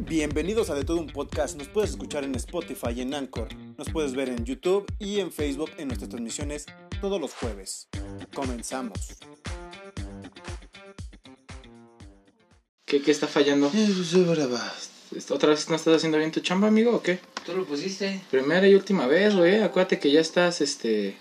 Bienvenidos a De Todo Un Podcast. Nos puedes escuchar en Spotify y en Anchor. Nos puedes ver en YouTube y en Facebook en nuestras transmisiones todos los jueves. Comenzamos. ¿Qué, qué está fallando? ¿Otra vez no estás haciendo bien tu chamba, amigo, o qué? Tú lo pusiste. Primera y última vez, güey. Acuérdate que ya estás, este...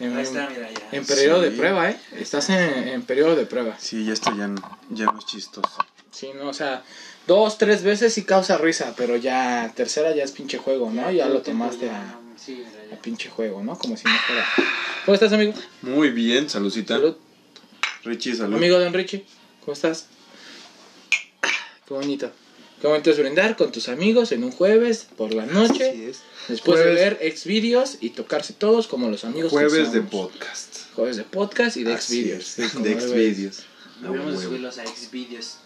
En, Ahí está, mira, ya. en periodo de Sí. prueba, ¿eh? Estás en, en periodo de prueba. Sí, ya esto ya, no- ya no es chistoso. Sí, no, o sea, dos, tres veces sí causa risa, pero ya tercera ya es pinche juego, ¿no? Ya lo tomaste a, Sí, mira, a ya. pinche juego, ¿no? Como si no fuera. ¿Cómo estás, amigo? Muy bien, saludcita. Salud. Richie, salud. Amigo de Enrique, ¿cómo estás? Qué bonito. Qué bonito es brindar con tus amigos en un jueves por la noche. Así es. Después Jueves- de ver exvideos y tocarse todos como los amigos que Jueves somos. de podcast. Jueves de podcast y de Así exvideos. es, sí, como De debe ser. exvideos. No, Debemos huevo. subirlos a Xvideos.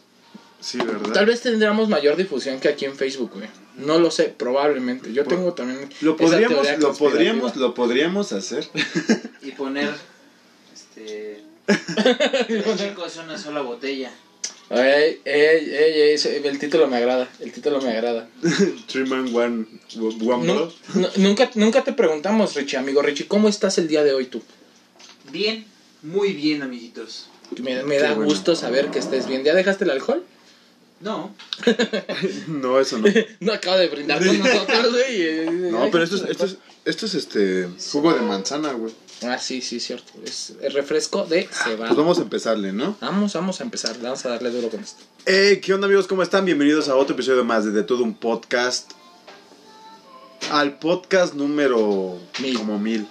Sí, ¿verdad? Tal vez tendríamos mayor difusión que aquí en Facebook, güey. No lo sé, probablemente. Yo Por- tengo también. Lo esa podríamos, teoría lo conspirativa. podríamos, lo podríamos hacer. Y poner. Este. los chicos una sola botella. Ey, ey, ey, ey, ese- el título me agrada. El título me agrada. Three man, one, one Nu- bottle. nu- nunca, nunca te preguntamos, Richie, amigo Richie, ¿cómo estás el día de hoy tú? Bien, muy bien, amiguitos. Me, me da Qué bueno. gusto saber que estés bien. ¿Ya dejaste el alcohol? No, No, eso no. No acabo de brindar con nosotros, güey. eh, No, ay, pero esto es, el esto es, esto es este jugo de manzana, güey. alcohol. Ah, sí, sí, cierto. Es el refresco de cebada. Pues vamos a empezarle, ¿no? Vamos, vamos a empezar, vamos a darle duro con esto. Hey, ¿qué onda amigos? ¿Cómo están? Bienvenidos a otro episodio más de De Todo Un Podcast. Al podcast número Mil. como mil.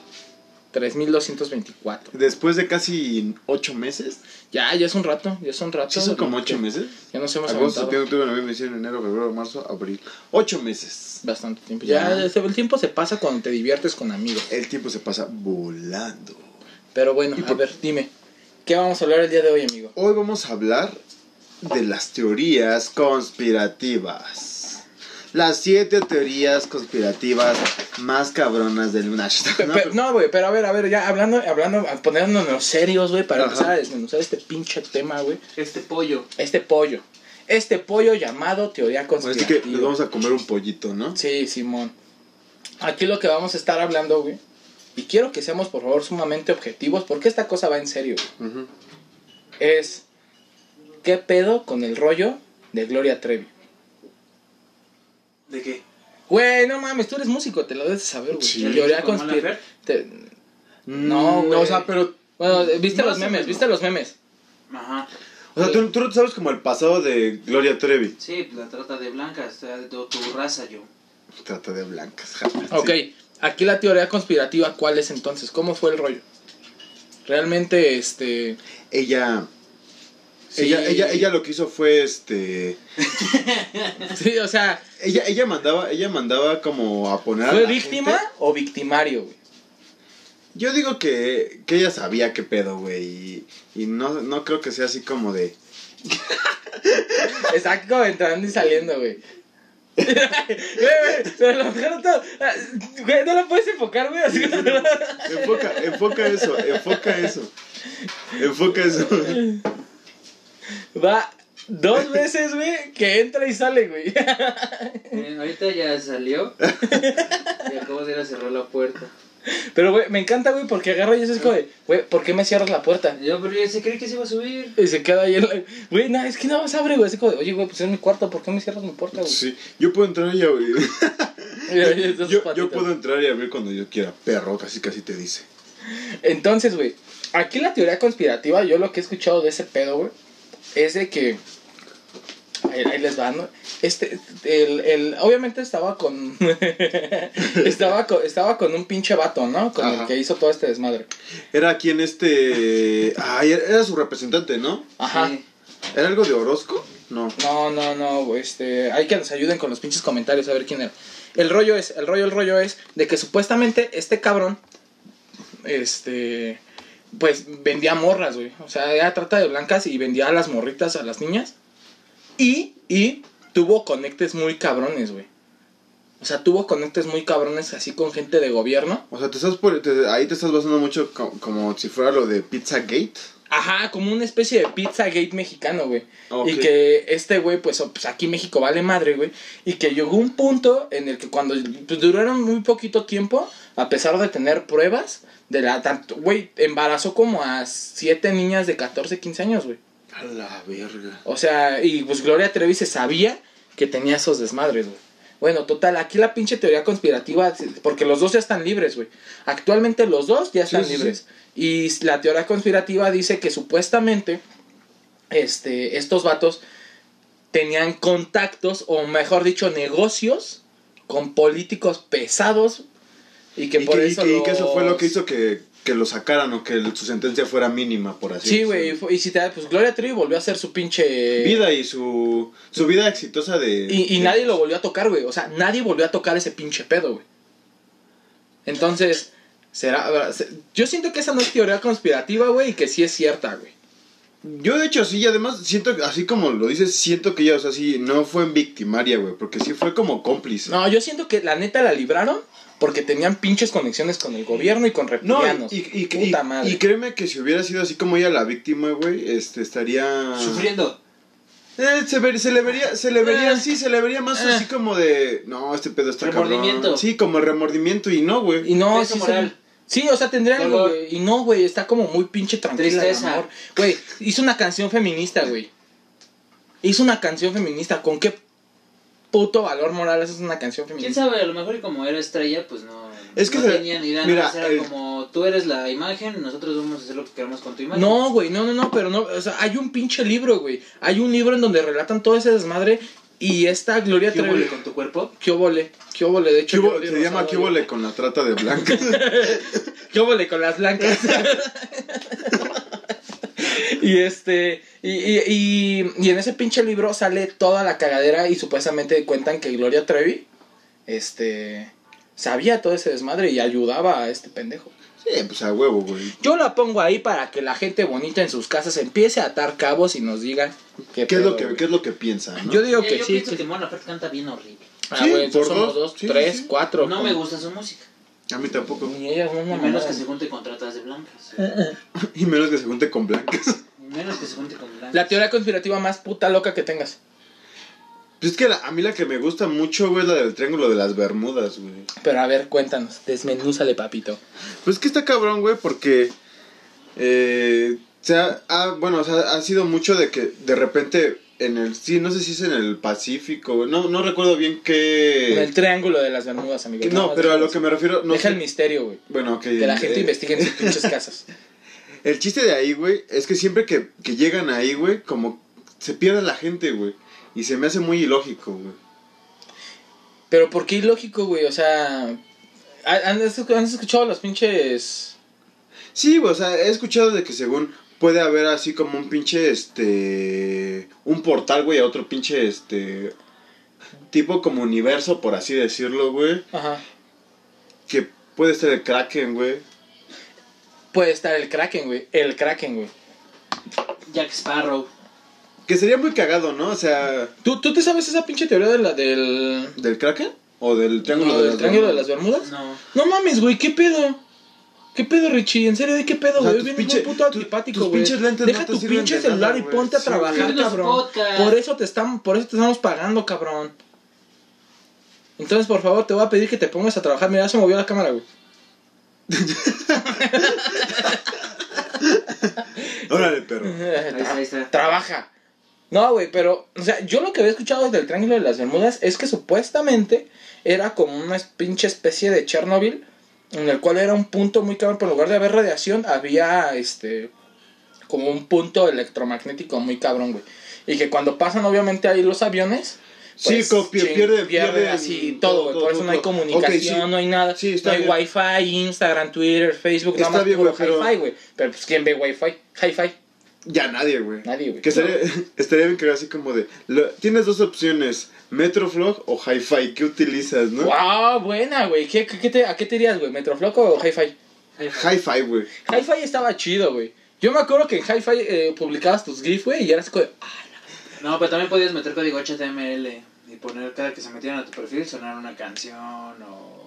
3224. Después de casi ocho meses. Ya, ya es un rato, ya es un rato. Sí, son como ocho Que- meses. Ya nos hemos Agosto, aguantado septiembre, octubre, noviembre, diciembre, enero, febrero, marzo, abril. Ocho meses. bastante tiempo. Ya, Ya. ya se- el tiempo se pasa cuando te diviertes con amigos. El tiempo se pasa volando. Pero bueno, Y a por- ver, dime, ¿qué vamos a hablar el día de hoy, amigo? Hoy vamos a hablar de las teorías conspirativas. Las siete teorías conspirativas más cabronas del Luna. Pe- pe- pues- No, güey, pero a ver, a ver, ya hablando, hablando, a- poniéndonos serios, güey, para Ajá. empezar a desmenuzar este pinche tema, güey. este pollo. Este pollo. Este pollo llamado teoría Así conspirativa. que nos vamos a comer un pollito, ¿no? Sí, Simón. Aquí lo que vamos a estar hablando, güey. Y quiero que seamos, por favor, sumamente objetivos, porque esta cosa va en serio, güey. Ujú. es ¿qué pedo con el rollo de Gloria Trevi? ¿De qué? Güey, no mames, tú eres músico, te lo debes de saber, güey. Sí. Teoría ¿Con Mon conspir- Laferte? te- No, No, güey. o sea, pero. Bueno, eh, viste Más los o memes, menos. viste los memes. Ajá. O sea, tú, tú no sabes como el pasado de Gloria Trevi. Sí, la trata de blancas, o sea, de tu tu raza yo. Trata de blancas, ja. Ok, Sí. aquí la teoría conspirativa, ¿cuál es entonces? ¿Cómo fue el rollo? Realmente, este... Ella. sí- Ella, ella, ella lo que hizo fue este. Sí, o sea, Ella, ella mandaba, ella mandaba como a poner a ¿fue la víctima gente. o victimario, güey? Yo digo que, que ella sabía qué pedo, güey. Y, y no, no creo que sea así como de. Exacto, entrando y saliendo, güey. Güey, güey, se lo dejaron todo. Ah, Güey, no lo puedes enfocar, güey, así Enfoca, enfoca eso, enfoca eso. Enfoca eso. Va dos veces, güey, que entra y sale, güey. Miren, ahorita ya salió. y acabo de ir a cerrar la puerta. Pero, güey, me encanta, güey, porque agarra y es como de, güey, ¿por qué me cierras la puerta? Yo, pero yo se cree que se iba a subir. Y se queda ahí en la... Güey, no, es que no vas a abrir, güey. Así como de, oye, güey, pues es mi cuarto, ¿por qué me cierras mi puerta, güey? Sí, yo puedo entrar y abrir. Y ahí está su Yo, patita. yo puedo entrar y abrir cuando yo quiera. Perro, casi casi te dice. Entonces, güey, aquí la teoría conspirativa, yo lo que he escuchado de ese pedo, güey, es de que. Ahí, ahí les va, ¿no? Este, el, el, obviamente estaba con, estaba con. Estaba con un pinche vato, ¿no? Con el Ajá. que hizo todo este desmadre. Era quien este. Ay, era era su representante, ¿no? Ajá. Sí. ¿Era algo de Orozco? No. No, no, no, güey, este, hay que nos ayuden con los pinches comentarios a ver quién era. El rollo es, el rollo, el rollo es de que supuestamente este cabrón, este, pues vendía morras, güey. O sea, era trata de blancas y vendía a las morritas, a las niñas. Y, y tuvo conectes muy cabrones, güey. O sea, tuvo conectes muy cabrones así con gente de gobierno. O sea, te estás por- te- ahí te estás basando mucho co- como si fuera lo de Pizza Gate. Ajá, como una especie de pizza gate mexicano, güey. Ok. Y que este güey, pues, oh, pues, aquí México vale madre, güey. Y que llegó un punto en el que cuando pues, duraron muy poquito tiempo, a pesar de tener pruebas, de la tanto, güey, embarazó como a siete niñas de 14, 15 años, güey. A la verga. O sea, y pues Gloria Trevi se sabía que tenía esos desmadres, güey. Bueno, total, aquí la pinche teoría conspirativa, porque los dos ya están libres, güey. Actualmente los dos ya están sí, sí. libres. Y la teoría conspirativa dice que supuestamente este, estos vatos tenían contactos, o mejor dicho, negocios con políticos pesados. Y que y, por que, y eso. que- y que eso fue lo que los- hizo que, que lo sacaran o que el- su sentencia fuera mínima, por así Sí, decirlo. güey. y fue- Y si te da- pues Gloria Trevi volvió a hacer su pinche. Vida y su, su vida exitosa de. Y, y de- nadie lo volvió a tocar, güey. O sea, nadie volvió a tocar ese pinche pedo, güey. Entonces, será. se- Yo siento que esa no es teoría conspirativa, güey, y que sí es cierta, güey. Yo, de hecho, sí, y además siento, que- así como lo dices, siento que ella, o sea, sí, no fue en victimaria, güey, porque sí fue como cómplice. No, yo siento que la neta la libraron porque tenían pinches conexiones con el gobierno y con No, reptilianos. y, y, y- Puta y- madre. y créeme que si hubiera sido así como ella la víctima, güey, este, estaría... Sufriendo. Eh, se, ver- se le vería, se le vería, Eh. sí, se le vería más Eh. así como de... No, este pedo está cabrón. Remordimiento. Sí, como el remordimiento y no, güey. Y no, Peso sí, moral. se- sí, o sea, tendría algo, Dolor. güey. Y no, güey, está como muy pinche tranquila. de Tristeza. amor. Güey, hizo una canción feminista, güey. Hizo una canción feminista. ¿Con qué puto valor moral haces una canción Quién feminista? sabe, a lo mejor y como era estrella, pues no. Es que no se- tenían idea. mira, Mira, era el- como tú eres la imagen, nosotros vamos a hacer lo que queramos con tu imagen. No, güey, no, no, no, pero no. O sea, hay un pinche libro, güey. Hay un libro en donde relatan todo ese desmadre. Y esta Gloria ¿Qué hubo Trevi. con tu cuerpo? ¿Qué obole? ¿Qué obole? De hecho, ¿Qué hubo- Jordi se llama Rosado, ¿Qué hubo le con la trata de blancas? ¿Qué óvole con las blancas? y este. Y, y, y- y en ese pinche libro sale toda la cagadera y supuestamente cuentan que Gloria Trevi. Este. Sabía todo ese desmadre y ayudaba a este pendejo. sí, pues a huevo, güey. Yo la pongo ahí para que la gente bonita en sus casas empiece a atar cabos y nos diga qué, ¿Qué es, pedo, lo que, güey. ¿Qué es lo que piensa, no? Yo digo Mira, que Eh, yo sí. pienso que Mon Laferte canta bien horrible. Ah, Sí, güey, entonces por somos dos. dos, Sí, tres, sí. cuatro. No con- me gusta su música. A mí tampoco. Ni ella, no, Y no, menos no. Eh. que se junte con tratas de blancas. Y menos que se junte con blancas. Y menos que se junte con blancas. La teoría conspirativa más puta loca que tengas. Pues es que la- a mí la que me gusta mucho, güey, es la del Triángulo de las Bermudas, güey. Pero a ver, cuéntanos, desmenúzale, papito. Pues que está cabrón, güey, porque. Eh, o sea, ah, bueno, o sea, ha sido mucho de que de repente en el. Sí, no sé si es en el Pacífico, güey. No, no recuerdo bien En el qué. triángulo de las Bermudas, amigo. qué- no, más pero a lo déjalos. Eh, que me refiero. No Deja el sé- misterio, güey. Bueno, ok. Que la eh, gente investigue en sus pinches casas. El chiste de ahí, güey, es que siempre que, que llegan ahí, güey, como se pierde la gente, güey. Y se me hace muy ilógico, güey. Pero ¿por qué ilógico, güey? O sea, ¿han han escuchado los pinches... Sí, güey, o sea, he escuchado de que según puede haber así como un pinche, este, un portal, güey, a otro pinche, este, tipo como universo, por así decirlo, güey, Ajá. que puede ser el Kraken, güey. Puede estar el Kraken, güey. El Kraken, güey. Jack Sparrow. Que sería muy cagado, ¿no? O sea, ¿Tú, ¿Tú te sabes esa pinche teoría de la, del... ¿del Kraken? ¿O del Triángulo, no, de, del las triángulo de Bermudas? las Bermudas? No. No mames, güey, ¿qué pedo? ¿Qué pedo, Richie? ¿En serio de qué pedo, O sea, güey? tus Vienes pinche- muy puto tu- antipático, tus güey. pinches lentes Deja no te tu sirven pinche de nada, celular y güey. ponte a Sí, trabajar, güey. cabrón. Podcast. Por eso te estamos, por eso te estamos pagando, cabrón. Entonces, por favor, te voy a pedir que te pongas a trabajar. Mira, ya se movió la cámara, güey. Órale, perro. Ahí está, ahí está. Trabaja. No, güey, pero, o sea, yo lo que había escuchado del Triángulo de las Bermudas es que supuestamente era como una es- pinche especie de Chernobyl, en el cual era un punto muy cabrón, pero en lugar de haber radiación, había este, como un punto electromagnético muy cabrón, güey. Y que cuando pasan, obviamente, ahí los aviones. Sí, como pie- ching, pierden- pierden Pues, así todo, güey. todo, Por eso todo, no hay todo. comunicación, Ok, sí. no hay nada. Sí, está no hay bien. wifi, Instagram, Twitter, Facebook, nada Está más bien, puro güey, pero- hi-fi, güey. Pero pues, ¿quién ve wifi? Hi-fi, Ya nadie, güey. nadie, güey. Que estaría, estaría bien cagado así como de, lo- tienes dos opciones, Metroflog o Hi-Fi, ¿qué utilizas, no? Wow, buena, güey. ¿Qué, qué- qué te- ¿A qué te irías, güey? ¿Metrofloco o Hi-Fi? Hi-Fi, güey. Hi-Fi estaba chido, güey. Yo me acuerdo que en Hi-Fi eh, publicabas tus GIF, güey, y eras como... de, ah, No, pero también podías meter código HTML y poner cada que se metieran a tu perfil sonar una canción o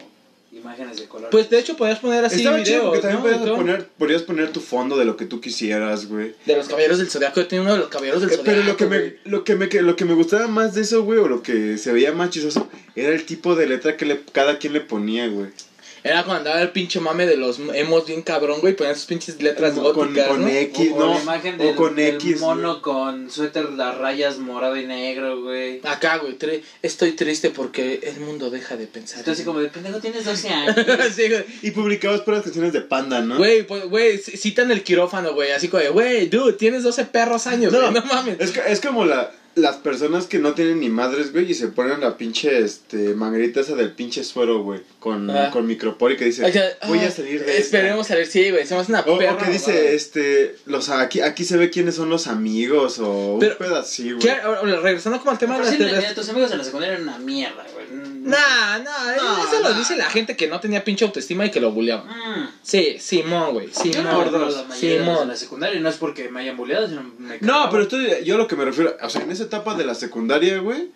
imágenes de color. Pues de hecho podías poner así Estaba chido porque videos, también ¿no? podías, De todo. poner, podías poner tu fondo de lo que tú quisieras, güey. De los caballeros del zodiaco, yo tenía uno de los caballeros del Eh, zodiaco. Pero lo que, güey. me, lo, que me, que- lo que me gustaba más de eso, güey, o lo que se veía más chistoso, era el tipo de letra que le, cada quien le ponía, güey. Era cuando andaba el pinche mame de los emos bien cabrón, güey, ponían sus pinches letras Con- góticas, con ¿no? E. X, o, o no, la imagen o del, con del X, mono güey. con suéter, las rayas morado y negro, güey. Acá, güey, tri- estoy triste porque el mundo deja de pensar. Entonces, en así mí. como de pendejo, tienes 12 años. Sí, güey. Y publicabas puras canciones de panda, ¿no? Güey, pues, güey, c- citan el quirófano, güey, así como de, güey, dude, tienes 12 perros años, No. güey, no mames. Es, que- es como la, las personas que no tienen ni madres, güey, y se ponen la pinche este, manguerita esa del pinche suero, güey, con, Ah. con micropor y que dice, O sea, voy ah, a salir de esta". Esperemos salir, sí, güey, se me hace una O, o perra. que dice, mamada. este, los, aquí, aquí se ve quiénes son los amigos, o Pero, un pedacito, ¿Qué? güey. Ahora, ahora, regresando como al tema de Pero las sí, la idea de teorías. tus amigos en la secundaria eran una mierda, güey. Mm. Nah, nah, No, eso lo nah. dice la gente que no tenía pinche autoestima y que lo bulleaban. Mm. Sí, Simón, güey, Yo no Simón. recuerdo gordo. la mayoría de los de Simón. la secundaria, y no es porque me hayan buleado, sino me No, cagaban. pero estoy, yo lo que me refiero, o sea, en esa etapa de la secundaria, güey,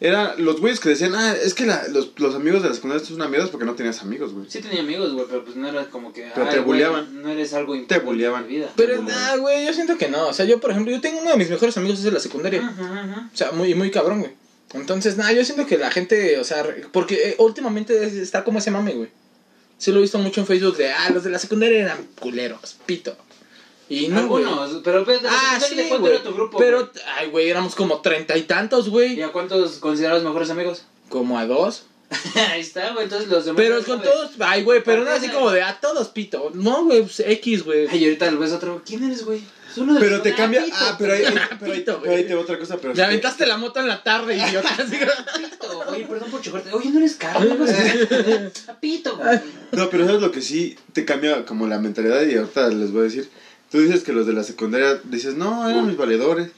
era los güeyes que decían, ah, es que la- los, los amigos de la secundaria son una mierda porque no tenías amigos, güey. Sí tenía amigos, güey, pero pues no era como que... Pero "Ay, te güey, buleaban. No eres algo Te importante buleaban. en mi vida. Pero nah, güey, yo siento que no. O sea, yo, por ejemplo, yo tengo uno de mis mejores amigos desde la secundaria. Ujú, ujú. O sea, muy, muy cabrón, güey. Entonces, nada, yo siento que la gente, o sea, re- porque eh, últimamente es- está como ese mame, güey. Sí lo he visto mucho en Facebook de, ah, los de la secundaria eran culeros, pito. Y no, güey. Algunos, pero... pero Ah, ¿de sí, ¿Cuánto güey. era tu grupo? Pero, güey? ay, güey, éramos como treinta y tantos, ¿Y güey. a cuántos considerabas mejores amigos? Como a dos. Ahí está, güey, entonces los demás... Pero con güey. todos, ay, güey, pero no así como de, a todos, pito. No, güey, pues, X, güey. Ay, ahorita lo ves otro, ¿quién eres, güey? Es uno de Pero los- te Ah, cambia, pito, ah, pero ahí, pero ahí- Pito, pero ahí güey. te va otra cosa, pero... Me aventaste la moto en la tarde, idiota. así que- pito, Oye, perdón por chocarte. Oye, ¿no eres Carlos? Ah, Pito, güey. No, pero sabes lo que sí te cambia como la mentalidad y ahorita les voy a decir. Tú dices que los de la secundaria dices, no, eran mis valedores.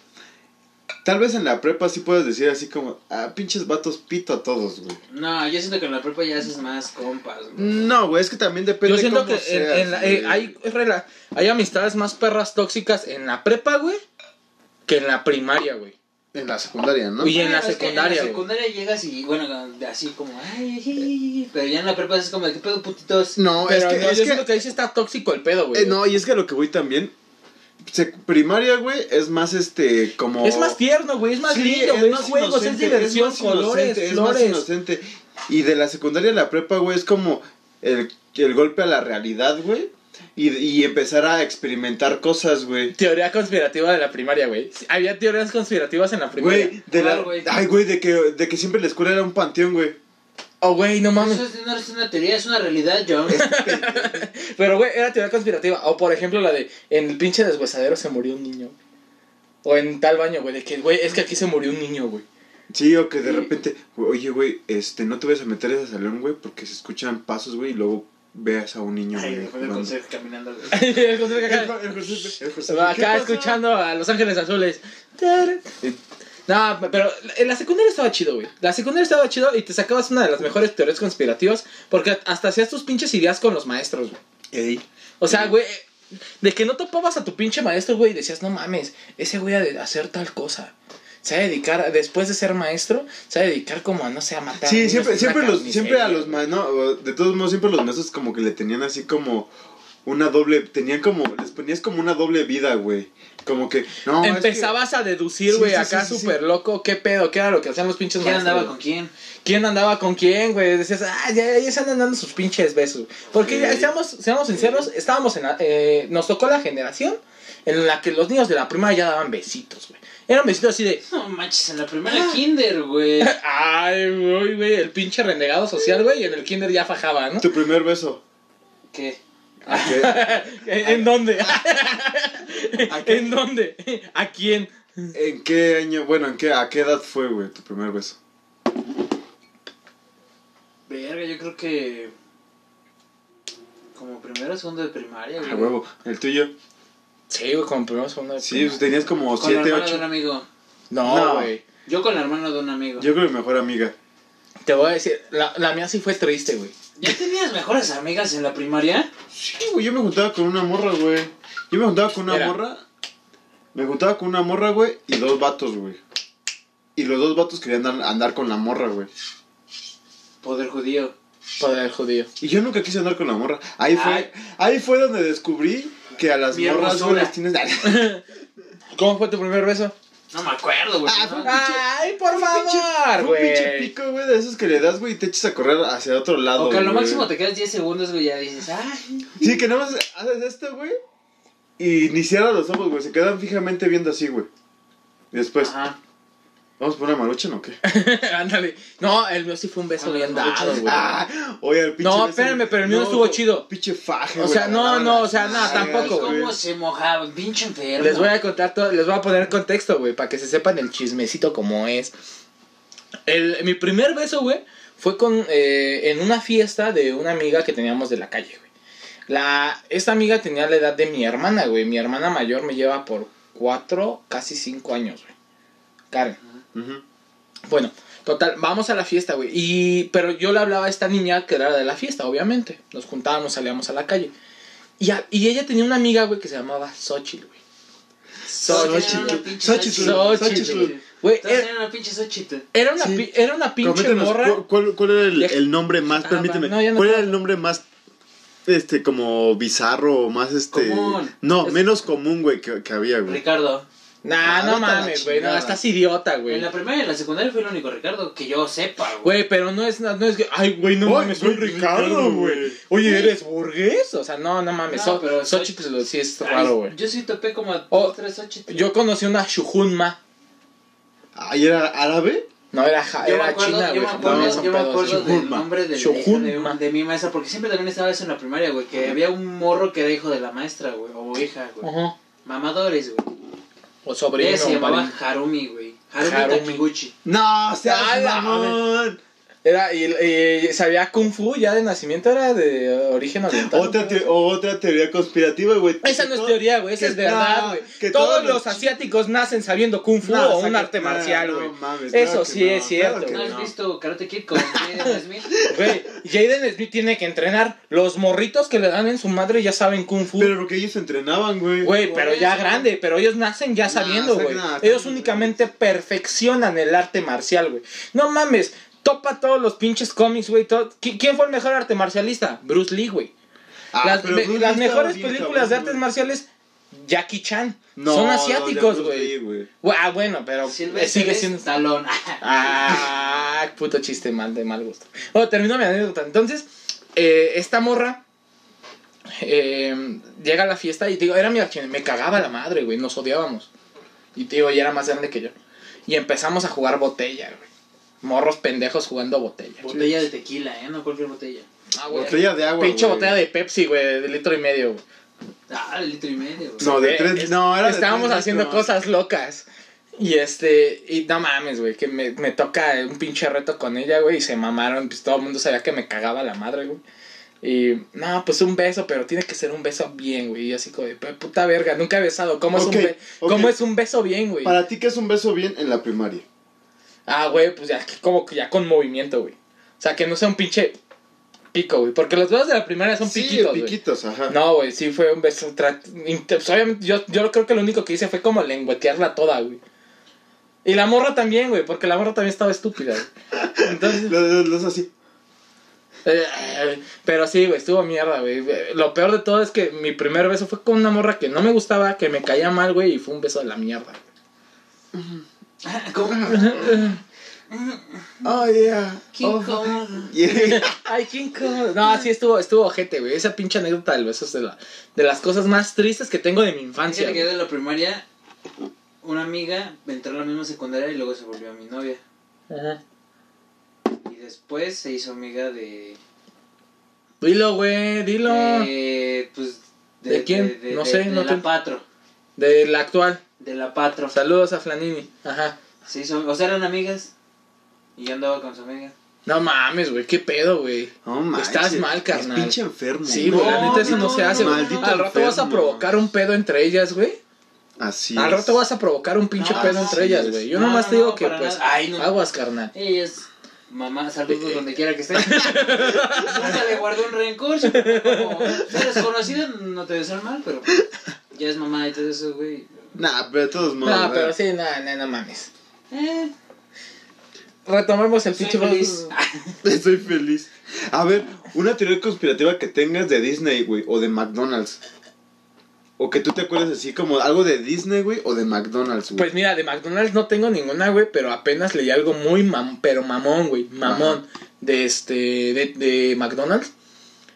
Tal vez en la prepa sí puedes decir así como, ah, pinches vatos pito a todos, güey. No, yo siento que en la prepa ya haces más compas, güey. No, güey, es que también depende Yo siento cómo que en- seas, en la- güey. eh, hay, rela- hay amistades más perras tóxicas en la prepa, güey, que en la primaria, güey. en la secundaria, ¿no? Oye, Y en la es que secundaria, En güey. la secundaria llegas y, bueno, así como, ay, ay, ay, ay, pero ya en la prepa es como, ¿qué pedo, putitos? No, Pero es que, no, es yo que- siento que ahí sí está tóxico el pedo, güey. eh, no, y es que a lo que voy también, sec- primaria, güey, es más este, como... Es más tierno, güey, es más Sí, lindo, es güey, es, más juegos, inocente, es diversión, más colores, inocente, es más flores. inocente. Y de la secundaria a la prepa, güey, es como el, el golpe a la realidad, güey. Y, y empezar a experimentar cosas, güey. Teoría conspirativa de la primaria, güey. Sí, Había teorías conspirativas en la primaria. Güey, de la... Claro, güey. Ay, güey, de que, de que siempre la escuela era un panteón, güey. Oh, güey, no mames. Eso es- no es una teoría, es una realidad, John. Pero, güey, era teoría conspirativa. O, por ejemplo, la de en el pinche deshuesadero se murió un niño. O en tal baño, güey, de que, güey, es que aquí se murió un niño, güey. Sí, o que de Sí. repente, oye, güey, este, no te vayas a meter a ese salón, güey, porque se escuchan pasos, güey, y luego veas a un niño, Ay, güey. después del jugando. consejo caminando. güey. El conserje acá. El- el José- el José- ¿qué Acá pasó? escuchando a Los Ángeles Azules. Tar- No, pero en la secundaria estaba chido, güey. La secundaria estaba chido y te sacabas una de las mejores teorías conspirativas porque hasta hacías tus pinches ideas con los maestros, güey. Ey. O sea, güey, de que no topabas a tu pinche maestro, güey, y decías, no mames, ese güey ha de hacer tal cosa. Se va a dedicar, después de ser maestro, se va a dedicar como a, no sé, a matar. Sí, niños en siempre, una siempre, los, carnicería, siempre a los güey. ma- no, o de todos modos, siempre los maestros como que le tenían así como una doble, tenían como, les ponías como una doble vida, güey. Como que, no, es que- Empezabas a deducir, Sí, güey, sí, sí, acá sí, sí. súper loco, qué pedo, qué era lo que hacían los pinches ¿Quién maestros. andaba güey? con quién? quién andaba con quién, güey. Decías, ah, ya, ya se andan dando sus pinches besos. Porque, Sí. ya, seamos, seamos sinceros, estábamos en la- eh, nos tocó la generación en la que los niños de la primaria ya daban besitos, güey. Eran besitos así de, No manches, en la primera kinder, güey. ay, güey, güey, el pinche renegado social, güey, y en el kinder ya fajaba, ¿no? tu primer beso. ¿Qué? ¿A ¿En, en dónde? qué- a qué- ¿En dónde? ¿A quién? ¿En qué año, bueno, en qué, a qué edad fue, güey, tu primer beso? Verga, yo creo que... Como primero o segundo de primaria, A güey. huevo, el tuyo. Sí, güey, como primero segundo. de Sí, primaria. pues, tenías como Con la siete, hermana de un ocho. amigo. No, No. güey. Yo con la hermana de un amigo. Yo creo que mejor amiga. Te voy a decir, la, la mía sí fue triste, güey. ¿Ya tenías mejores amigas en la primaria? Sí, güey, yo me juntaba con una morra, güey. Yo me juntaba con una Mira. morra. Me juntaba con una morra, güey, y dos vatos, güey. Y los dos vatos querían andar, andar con la morra, güey. Poder judío. Para el judío. Y yo nunca quise andar con la morra. Ahí fue, Ay. ahí fue donde descubrí que a las Mi morras güey, hermosura. les tienes. ¿Cómo fue tu primer beso? No me acuerdo, güey. Ah, fue no. un pinche- ¡Ay, por Fue favor, un pinche güey! pico, güey, de esos que le das, güey, y te echas a correr hacia otro lado. O que a lo güey. máximo te quedas 10 segundos, güey, ya dices, ay. Sí, que nada más haces esto, güey. Y ni cierras los ojos, güey. Se quedan fijamente viendo así, güey. Y después, Ajá. ¿vamos por una marucha o qué? Ándale. No, el mío sí fue un beso Ah, bien no, dado, no, güey. Ah, oye, el pinche. No, beso, espérame, güey. pero el mío estuvo tú- chido. Pinche faje, O güey, sea, la no, verdad. no, o sea, no, Ah, tampoco, güey. ¿Cómo se mojaba? Pinche enfermo. Ah, Les voy a contar todo, les voy a poner contexto, güey, para que se sepan el chismecito como es. El, mi primer beso, güey, fue con, eh, en una fiesta de una amiga que teníamos de la calle, güey. La, esta amiga tenía la edad de mi hermana, güey. Mi hermana mayor me lleva por cuatro, casi cinco años, güey. Karen. Ujú. Bueno, total, vamos a la fiesta, güey. Y, pero yo le hablaba a esta niña que era de la fiesta, obviamente. Nos juntábamos, salíamos a la calle. Y, a- y ella tenía una amiga, güey, que se llamaba Xochitl, güey. Xochitl. Xochitl. Xochitl. Xochitl. Xochitl. Güey, Estás era, en una pinche Xochitl. era una, Sí. pi- era una pinche Coméntanos, morra. ¿cu- ¿cuál, cuál era el, Deja- el nombre más? Ah, permíteme. va, no, ya no ¿Cuál era puedo. el nombre más, este, como bizarro, más, este. Común. No, Es- menos común, güey, que, que había, güey. Ricardo. Nah, Ah, no vete a la mames, güey. No, chingada. estás idiota, güey. En la primaria y en la secundaria fui el único Ricardo que yo sepa, güey. Güey, pero no es, no es que. Ay, güey, no Ay, mames, soy güey, Ricardo, Ricardo, güey. güey. Oye, ¿eres burgués? O sea, no, no mames. No, so- pero soy- Xochitl lo- sí es Ay, raro, güey. Yo sí topé como a Oh, dos, tres Xochitl. Yo conocí una Shujunma. ¿Ahí era árabe? No, era, ja- Yo me era acuerdo, china, yo güey. me acuerdo, japonesa, yo me un pedo así. acuerdo del Shujunma. nombre de, la hija de, Shujunma. un- de mi maestra, porque siempre también estaba eso en la primaria, güey, que había un morro que era hijo de la maestra, güey, o hija, güey. Ajá. Mamadores, güey. O Ella sobrino. se llamaba pariente. Harumi, güey. Harumi, Harumi. Takiguchi. No, Ah, seas la- mamón. Era, y, y- sabía Kung Fu ya de nacimiento, era de origen oriental. Otra, te- otra teoría conspirativa, güey. Esa no es teoría, güey, esa que es verdad, no, güey. que Todos todos los los asiáticos nacen sabiendo Kung Fu No, o o sea, un que- arte no, marcial, no güey. mames, Eso claro que sí no, es claro cierto, que ¿No has no. visto Karate Kid con Jaden Smith? Güey, Jaden Smith tiene que entrenar. Los morritos que le dan en su madre ya saben Kung Fu. Pero porque ellos entrenaban, güey. Güey, pero ya Eso. grande, pero ellos nacen ya No, sabiendo, saben güey. nada, ellos saben, únicamente perfeccionan el arte marcial, güey. No mames, topa todos los pinches cómics, güey. todo- ¿Qui- ¿Quién fue el mejor arte marcialista? Bruce Lee, güey. Ah, las pero me- Bruce las Lee estaba mejores bien películas de cabrón, artes güey. marciales, Jackie Chan. No, son no, de asiáticos, Bruce Lee, güey. Güey, Ah, bueno, pero eh, sigue siendo. talón. Ah, puto chiste mal de mal gusto. Bueno, termino mi anécdota. Entonces, eh, esta morra eh, llega a la fiesta y digo, era mi archivo. Me cagaba la madre, güey. Nos odiábamos. Y te digo, ella era más grande que yo. Y empezamos a jugar botella, güey. Morros pendejos jugando botella. Botella de tequila, ¿eh? No cualquier botella. Ah, güey. Botella de agua. Pinche güey. botella de Pepsi, güey, de litro y medio, güey. Ah, el litro y medio, güey. No, de Eh, tres. es- No, era de Estábamos tres haciendo litros. cosas locas. Y este, y no mames, güey, que me, me toca un pinche reto con ella, güey, y se mamaron, pues todo el mundo sabía que me cagaba la madre, güey. Y, no, pues un beso, pero tiene que ser un beso bien, güey. Y así como, de, "Pe- puta verga, nunca he besado. ¿Cómo, es, un Ok, be- ok. ¿cómo es un beso bien, güey? Para ti, ¿qué es un beso bien en la primaria? Ah, güey, pues ya, como que ya con movimiento, güey. O sea, que no sea un pinche pico, güey. Porque los besos de la primera son Sí, piquitos, güey. piquitos, ajá. No, güey, sí fue un beso. tra- inte- pues, obviamente, yo, yo creo que lo único que hice fue como lengüetearla toda, güey. Y la morra también, güey, porque la morra también estaba estúpida, güey. Entonces, Los, los- los así. eh, eh, pero sí, güey, estuvo mierda, güey. Eh, Lo peor de todo es que mi primer beso fue con una morra que no me gustaba, que me caía mal, güey, y fue un beso de la mierda. ¿Cómo? Oh, yeah. Qué Oh, incómodo. yeah. Ay, qué incómodo. No, sí estuvo, estuvo ojete, güey. Esa pinche anécdota del beso es de, la, de las cosas más tristes que tengo de mi infancia. Fíjate que güey. de la primaria, una amiga entró a la misma secundaria y luego se volvió mi novia. Ajá. Y después se hizo amiga de. Dilo, güey, dilo. de, pues, ¿De quién? No sé, de no la te- Patro. De la actual. De la Patro. Saludos a Flanini. Ajá. Se hizo, o sea, eran amigas. Y yo andaba con su amiga. No mames, güey, qué pedo, güey. No manches, Estás mal, es carnal. pinche enfermo. Sí, güey, la No, neta eso no, no, se no, hace, güey. maldito Al rato vas a enfermo. provocar un pedo entre ellas, güey. Así. Al es. rato vas a provocar un pinche No, pedo así entre ellas, es. güey. Yo Ah, No, nomás no, te digo no, que, para pues, nada. Ay, no. aguas, carnal. Ella es mamá, Eh, saludos donde quiera que esté. Nunca le guardó un rencor. su mamá Como, ser desconocida no te debe ser mal, pero ya es mamá y todo eso, güey. Nah, pero de todos modos. No, güey. pero sí, no, no, no mames. Eh, Retomemos el soy pinche feliz. Ah, beso. Estoy feliz. A ver, una teoría conspirativa que tengas de Disney, güey, o de McDonald's. O que tú te acuerdes así como algo de Disney, güey, o de McDonald's, güey. Pues mira, de McDonald's no tengo ninguna, güey, pero apenas leí algo muy mam pero mamón, güey, mamón de este de, de McDonald's.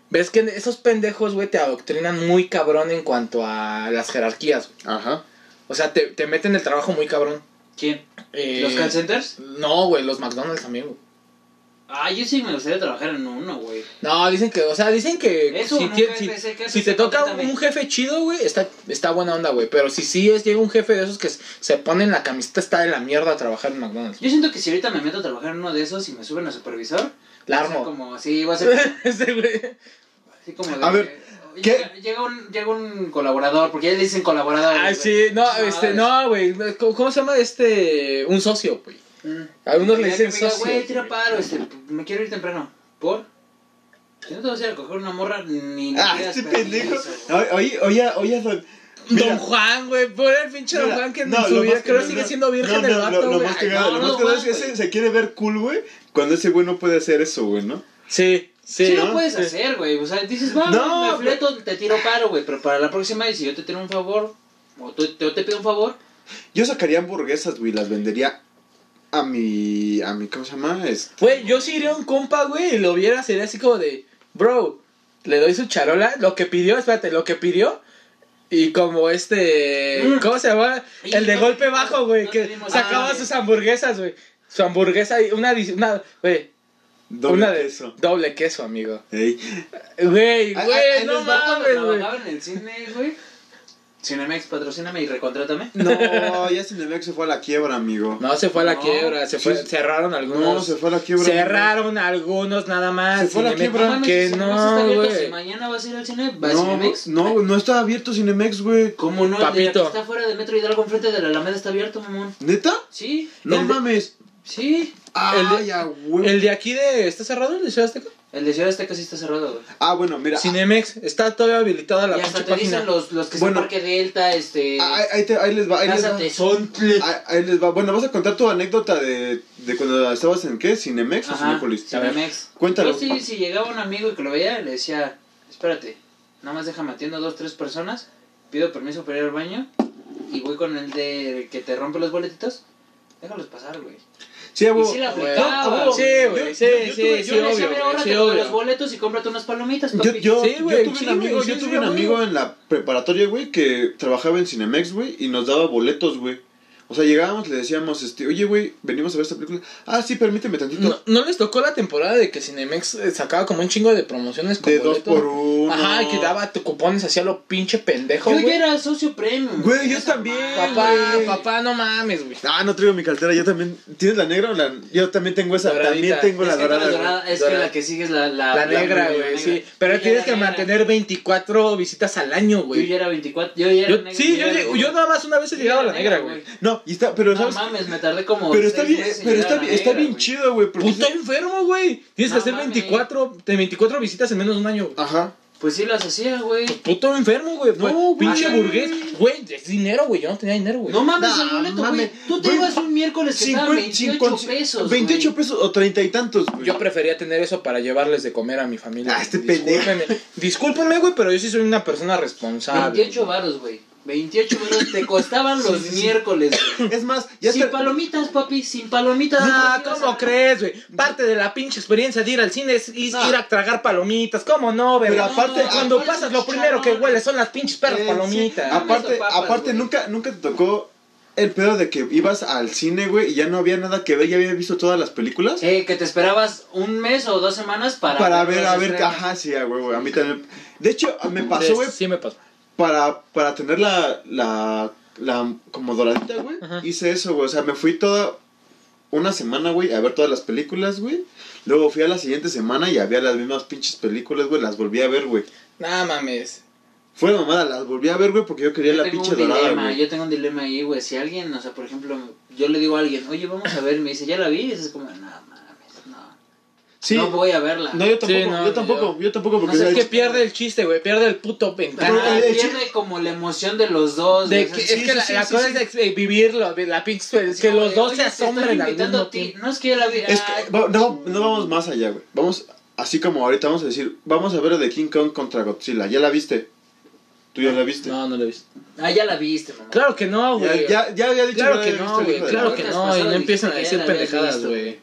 Ves que esos pendejos, güey, te adoctrinan muy cabrón en cuanto a las jerarquías. güey. Ajá. O sea, te, te meten el trabajo muy cabrón. ¿Quién? Eh, ¿Los call centers? No, güey, los McDonald's también, güey. Ah, yo sí me gustaría trabajar en uno, güey. No, dicen que, o sea, dicen que Eso, si, nunca tie- empecé, si- jefe, si te sí, toca complétame. un jefe chido, güey, está, está buena onda, güey. Pero si sí es, llega un jefe de esos que s- se pone en la camiseta, está de la mierda a trabajar en McDonald's. Yo siento que si ahorita me meto a trabajar en uno de esos y me suben a supervisor, La va a ser armo. como, sí, va a ser Ese güey. así como de- A ver, Llega- ¿qué? Llega un, llega un colaborador, porque ya le dicen colaborador. Ah, sí, no, este, no, güey. ¿Cómo, cómo se llama este? Un socio, güey. Mm. Algunos le dicen socio. socio. Güey, tira paro, este, me quiero ir temprano. ¿Por? Si no te vas a ir a coger una morra, ni me Ah, pidas este permiso, pendejo. güey. Oye, oye, oye, oye, Ron. Mira, Don Juan, güey, por el pinche Don mira, Juan que en no, su lo vida más creo que- sigue no, siendo virgen no, del no, vato, Lo, lo güey. más Ay, cagado, no, lo más no, cagado es que güey. ese se quiere ver cool, güey, cuando ese güey no puede hacer eso, güey, ¿no? Sí, sí. Sí, lo ¿no? puedes Sí. hacer, güey. O sea, dices, va, No, güey, me pero- fleto, te tiro paro, güey. Pero para la próxima, y si yo te tiro un favor, o tú- yo te pido un favor, Yo sacaría hamburguesas, güey, las vendería a mi. a mi, ¿cómo se llama? Es- Güey, yo si iría a un compa, güey, y lo viera, sería así como de, bro, le doy su charola, lo que pidió, espérate, lo que pidió, y como este, Mm. ¿cómo se llama? Y El de no golpe tenemos- bajo, güey, no que tenemos Ah. sacaba nada, sus hamburguesas, güey. Su hamburguesa, y una, dis- una, güey, doble una de queso. doble queso, amigo. Ey. Güey, Ahí- ahí- güey, ahí no les va mames, cuando güey. trabajaba en el cine, güey. Cinemex, patrocíname y recontrátame. No, ya Cinemex se fue a la quiebra, amigo. No, se fue a la No. quiebra, se Sí, fue, sí. cerraron No, algunos. se fue a la quiebra. cerraron algunos nada más. Se fue a la y me- quiebra. mames, Que si Cinemex está no, abierto, Si güey. mañana vas a ir al cine, vas a No, Cinemex. no, no está abierto Cinemex, güey. ¿Cómo no? El de Papito. aquí está fuera de Metro Hidalgo, enfrente de la Alameda, está abierto, mamón. ¿Neta? Sí, No El de- mames. sí. Ah, de- ya, güey. El de aquí de, ¿está cerrado el de Ciudad Azteca? El de Ciudad Azteca sí está cerrado, güey. Ah, bueno, mira. Cinemex, está todavía habilitada la Y hasta pinche te página. dicen los, los que Bueno. son Parque Delta, este. Ah, ahí, ahí te- ahí les va, ahí les va. Casa Tezontle. Ahí, Ah, ahí les va. Bueno, vas a contar tu anécdota de, de cuando estabas en qué? ¿Cinemex o Ajá, Cinépolis? A ver. Cinemex. Cuéntalo. Yo sí, si llegaba un amigo y que lo veía, le decía, espérate, nada más déjame atiendo a dos, tres personas, pido permiso para ir al baño y voy con el de que te rompe los boletitos, déjalos pasar, güey. Sí, a Y huevo. sí la güey. aplicaba. No, a huevo. Sí, güey, Yo- sí, yo- sí, yo tuve- sí, Yo le decía, obvio, mira, güey, ahórrate sí, lo de los obvio. boletos y cómprate unas palomitas, papi. Yo, yo, Sí, yo güey, tuve sí, un amigo, güey, yo sí, tuve sí, un a amigo huevo. en la preparatoria, güey, que trabajaba en Cinemex, güey, y nos daba boletos, güey. O sea, llegábamos, le decíamos, este, oye, güey, venimos a ver esta película. Ah, sí, permíteme tantito. ¿No, no les tocó la temporada de que Cinemex eh, sacaba como un chingo de promociones con de dos boleto? por uno. Ajá, y que daba tu cupones hacia lo pinche pendejo, Yo ya güey. era socio premium. Güey, yo Esa también, madre. Papá, güey. papá, no mames, güey. Ah, no traigo mi cartera, yo también. ¿Tienes la negra o la.? Yo también tengo esa. Doradita. También tengo Es la que no dorada. es güey. dorada, es que Dorada. la que sigue es la, la, La la negra, la güey, negra. sí. Yo Pero ya tienes era que negra. mantener 24 visitas al año, Yo güey. ya era 24. Yo ya era Yo- negra, sí, yo, ya era yo, negra. yo nada más una vez he Yo ya llegado a era la negra, güey. No, y está. Pero, No ¿sabes? mames, me tardé como. pero está seis bien, meses en pero está, llegar a la bien- está negra, bien güey. chido, güey. porque Puta sí- enfermo, güey. Tienes No que hacer mames. 24, de 24 visitas en menos de un año, güey. Ajá. Pues sí las hacía, güey. Puto enfermo, güey. No, Fue- güey. pinche Ay. burgués. Güey, es dinero, güey. Yo no tenía dinero, güey. No mames No, el boleto, güey. mames. Tú te Güey, ibas un miércoles que estaban 50, 28 50, pesos. 28 güey. pesos o treinta y tantos, güey. Yo prefería tener eso para llevarles de comer a mi familia. Ah, este Discúlpenme. Discúlpenme, güey, pero yo sí soy una persona responsable. 28 varos, güey. 28 varos te costaban los miércoles, güey. Es más, ya sin está. palomitas, papi, sin palomitas. Ah, Porque ibas ¿cómo a- crees, güey? Parte de la pinche experiencia de ir al cine es ir ir a tragar palomitas. ¿Cómo no, güey? Ah. Pero aparte- cuando aparte pasas, es lo primero que chicharrón. huele son las pinches perras Eh, palomitas. sí. Ah, Aparte, Esas papas, aparte güey. nunca, nunca te tocó el pedo de que ibas al cine, güey, y ya no había nada que ver, ya habías visto todas las películas. Eh, que te esperabas un mes o dos semanas para. Para ver, los a ver, estrenos. ajá, sí, ah, güey, güey, a mí también. De hecho, me pasó, güey, Sí, me pasó. para, para tener la, la, la como doradita, güey, Ajá. hice eso, güey. O sea, me fui toda una semana, güey, a ver todas las películas, güey. Luego fui a la siguiente semana y había las mismas pinches películas, güey, las volví a ver, güey. Nah, mames. Fue la mamada, las volví a ver, güey, porque yo quería Yo la tengo pinche un dorada, dilema, güey. Yo tengo un dilema ahí, güey. Si alguien, o sea, por ejemplo, yo le digo a alguien, oye, vamos a ver, y me dice, ya la vi, y es como, no mames, no. Sí, No no, voy a verla. yo tampoco, Sí, no, yo tampoco, yo, tampoco, porque... No sé o sea, Es que pierde el chiste, güey. Pierde el puto ventana. Pero, Ah, eh, pierde como la emoción de los dos. De güey. que- O sea, es sí, que sí, la, sí, la sí, cosa sí. es ex- eh, vivirlo, vi- la pinche, es que como los de, dos "Oye, se te estoy asombren al invitando mismo a ti". tiempo. No es que yo la vi. Es ah, que, va- no, no vamos más allá, güey. Vamos así como ahorita vamos a decir, vamos a ver de King Kong contra Godzilla. ¿Ya la viste? ¿Tú ya la viste? No, no lo he visto. Ah, ya la viste, mamá. Claro que no, güey. ya, ya, ya había dicho Claro la que había no, visto, el güey. hijo de la Claro verga. que verga. no. Y no Pasado, empiezan a dijiste decir que ya la habías pendejadas, visto. güey.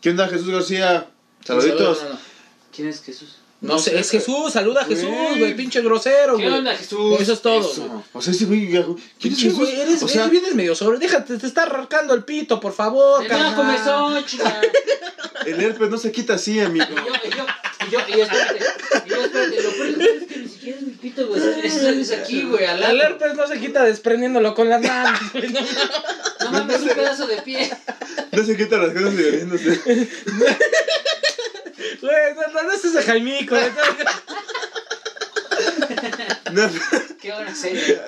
¿Qué onda, Jesús García? Saluditos. No, no, no. ¿Quién es Jesús? No sé, es Jesús, saluda a Jesús, Güey. güey, pinche grosero, ¿Qué güey. onda, Jesús? Eso es todo. Eso. güey. O sea, ese güey. ya- ¿Quién es Pinche, Jesús? güey, eres, o sea, eres- vienes medio sobre. Déjate, te está arrancando el pito, por favor, No, carnal. comenzó, chinga. el herpes no se quita así, amigo. Y yo, y yo, y yo, y yo, espérate, y yo, espérate, lo peor es que ni siquiera es mi pito, güey, es, es- es aquí, güey, al El lado. herpes no se quita desprendiéndolo con las manos. güey, no mames. No mames, un pedazo de pie. No se quita las cosas de no sé. Güey, no, no, no estés de Jaimico. güey. No. Qué buena serie.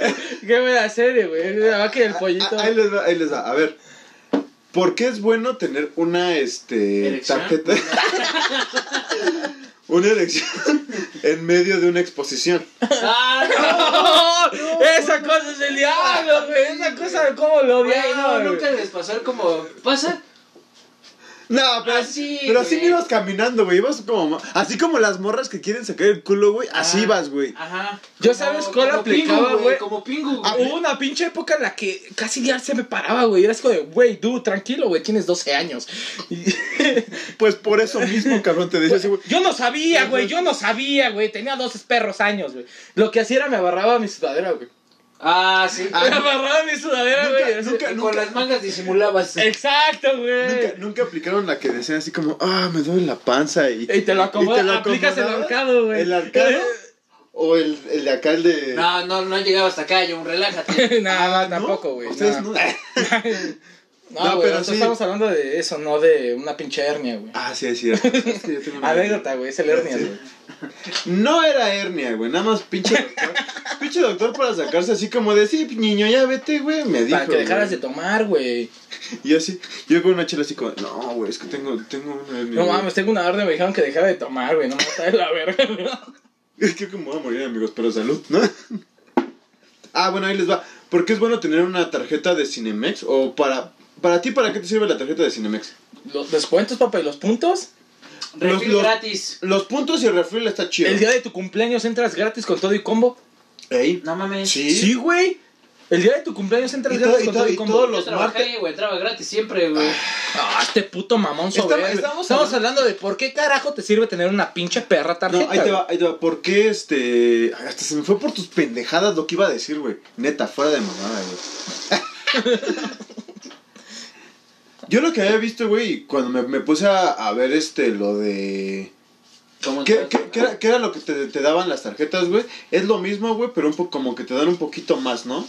Qué buena serie, güey. La vaca y el pollito. Ah, Ahí les va, ahí les va. A ver. ¿Por qué es bueno tener una este ¿Erección? tarjeta? una elección en medio de una exposición. Ah, ¡Oh! Esa cosa es el diablo, güey. Esa cosa, ¿cómo lo no, güey, odiaba, no, güey? nunca les pasó el como, pasa, No, Ah, pero Así, pero así güey. ibas caminando, güey. Ibas como así como las morras que quieren sacar el culo, güey. Así Ah. vas, güey. ajá. Yo, Como- ¿sabes cuál como aplicaba, Pingu, güey? Como pingu, Ah, güey. Hubo una pinche época en la que casi ya se me paraba, güey. Era así como de, güey, dude, tranquilo, güey, tienes 12 años. Y- Pues por eso mismo, cabrón, te decía así, güey. yo no sabía, güey, yo no sabía, güey. Tenía 12 perros años, güey. Lo que hacía era me agarraba mi sudadera, güey. Ah, sí. Ah, me agarraba mi sudadera, Nunca- güey. así- nunca- Y con las mangas disimulabas. Eh. Exacto, güey. Nunca, nunca aplicaron la que decían así como, ah, me duele la panza y. Y te lo acomodas, aplicas el acomodabas. ahorcado, güey. ¿Eh? ¿El arcado? ¿O el, el de acá, el de.? No, no, no llegaba hasta acá, yo, relájate. Nada, ¿No? tampoco, güey. Ustedes no. no. No, No, güey, pero nosotros sí. estamos hablando de eso, no de una pinche hernia, güey. Ah, sí, es cierto. Es que yo tengo una- Anécdota, güey, es el hernia, Ah, Sí. güey. No era hernia, güey. Nada más pinche doctor. pinche doctor para sacarse así como de, sí, niño, ya vete, güey. Me dijo. Para que dejaras de güey. tomar, güey. Y yo así, yo con una chela así como, no, güey, es que tengo, tengo una hernia. No güey. mames, tengo una orden, me dijeron que dejara de tomar, güey. No me está de la verga, güey. Es que como voy a morir, amigos, pero salud, ¿no? ah, bueno, ahí les va. ¿Por qué es bueno tener una tarjeta de Cinemex? O para. Para ti, ¿para qué te sirve la tarjeta de Cinemex? Los descuentos, papá, y los puntos. Refil los- gratis. Los puntos y el refil está chido. El día de tu cumpleaños entras gratis con todo y combo. Ey. No mames. Sí. Sí, güey. El día de tu cumpleaños entras Y todo- gratis y con todo- todo y y combo. todos Yo los trabajé, güey, traba gratis siempre, güey. Ah, este puto mamón sobre. Estamos- estamos Estamos hablando de por qué carajo te sirve tener una pinche perra tarjeta. No, ahí te güey. va, ahí te va. ¿Por qué este.? Ay, Hasta se me fue por tus pendejadas lo que iba a decir, güey. Neta, fuera de mamada, güey. Yo lo que había visto, güey, cuando me, me puse a, a ver este, lo de. ¿Cómo ¿Qué, te- qué- qué era, qué era lo que te, te daban las tarjetas, güey? Es lo mismo, güey, pero un poco como que te dan un poquito más, ¿no?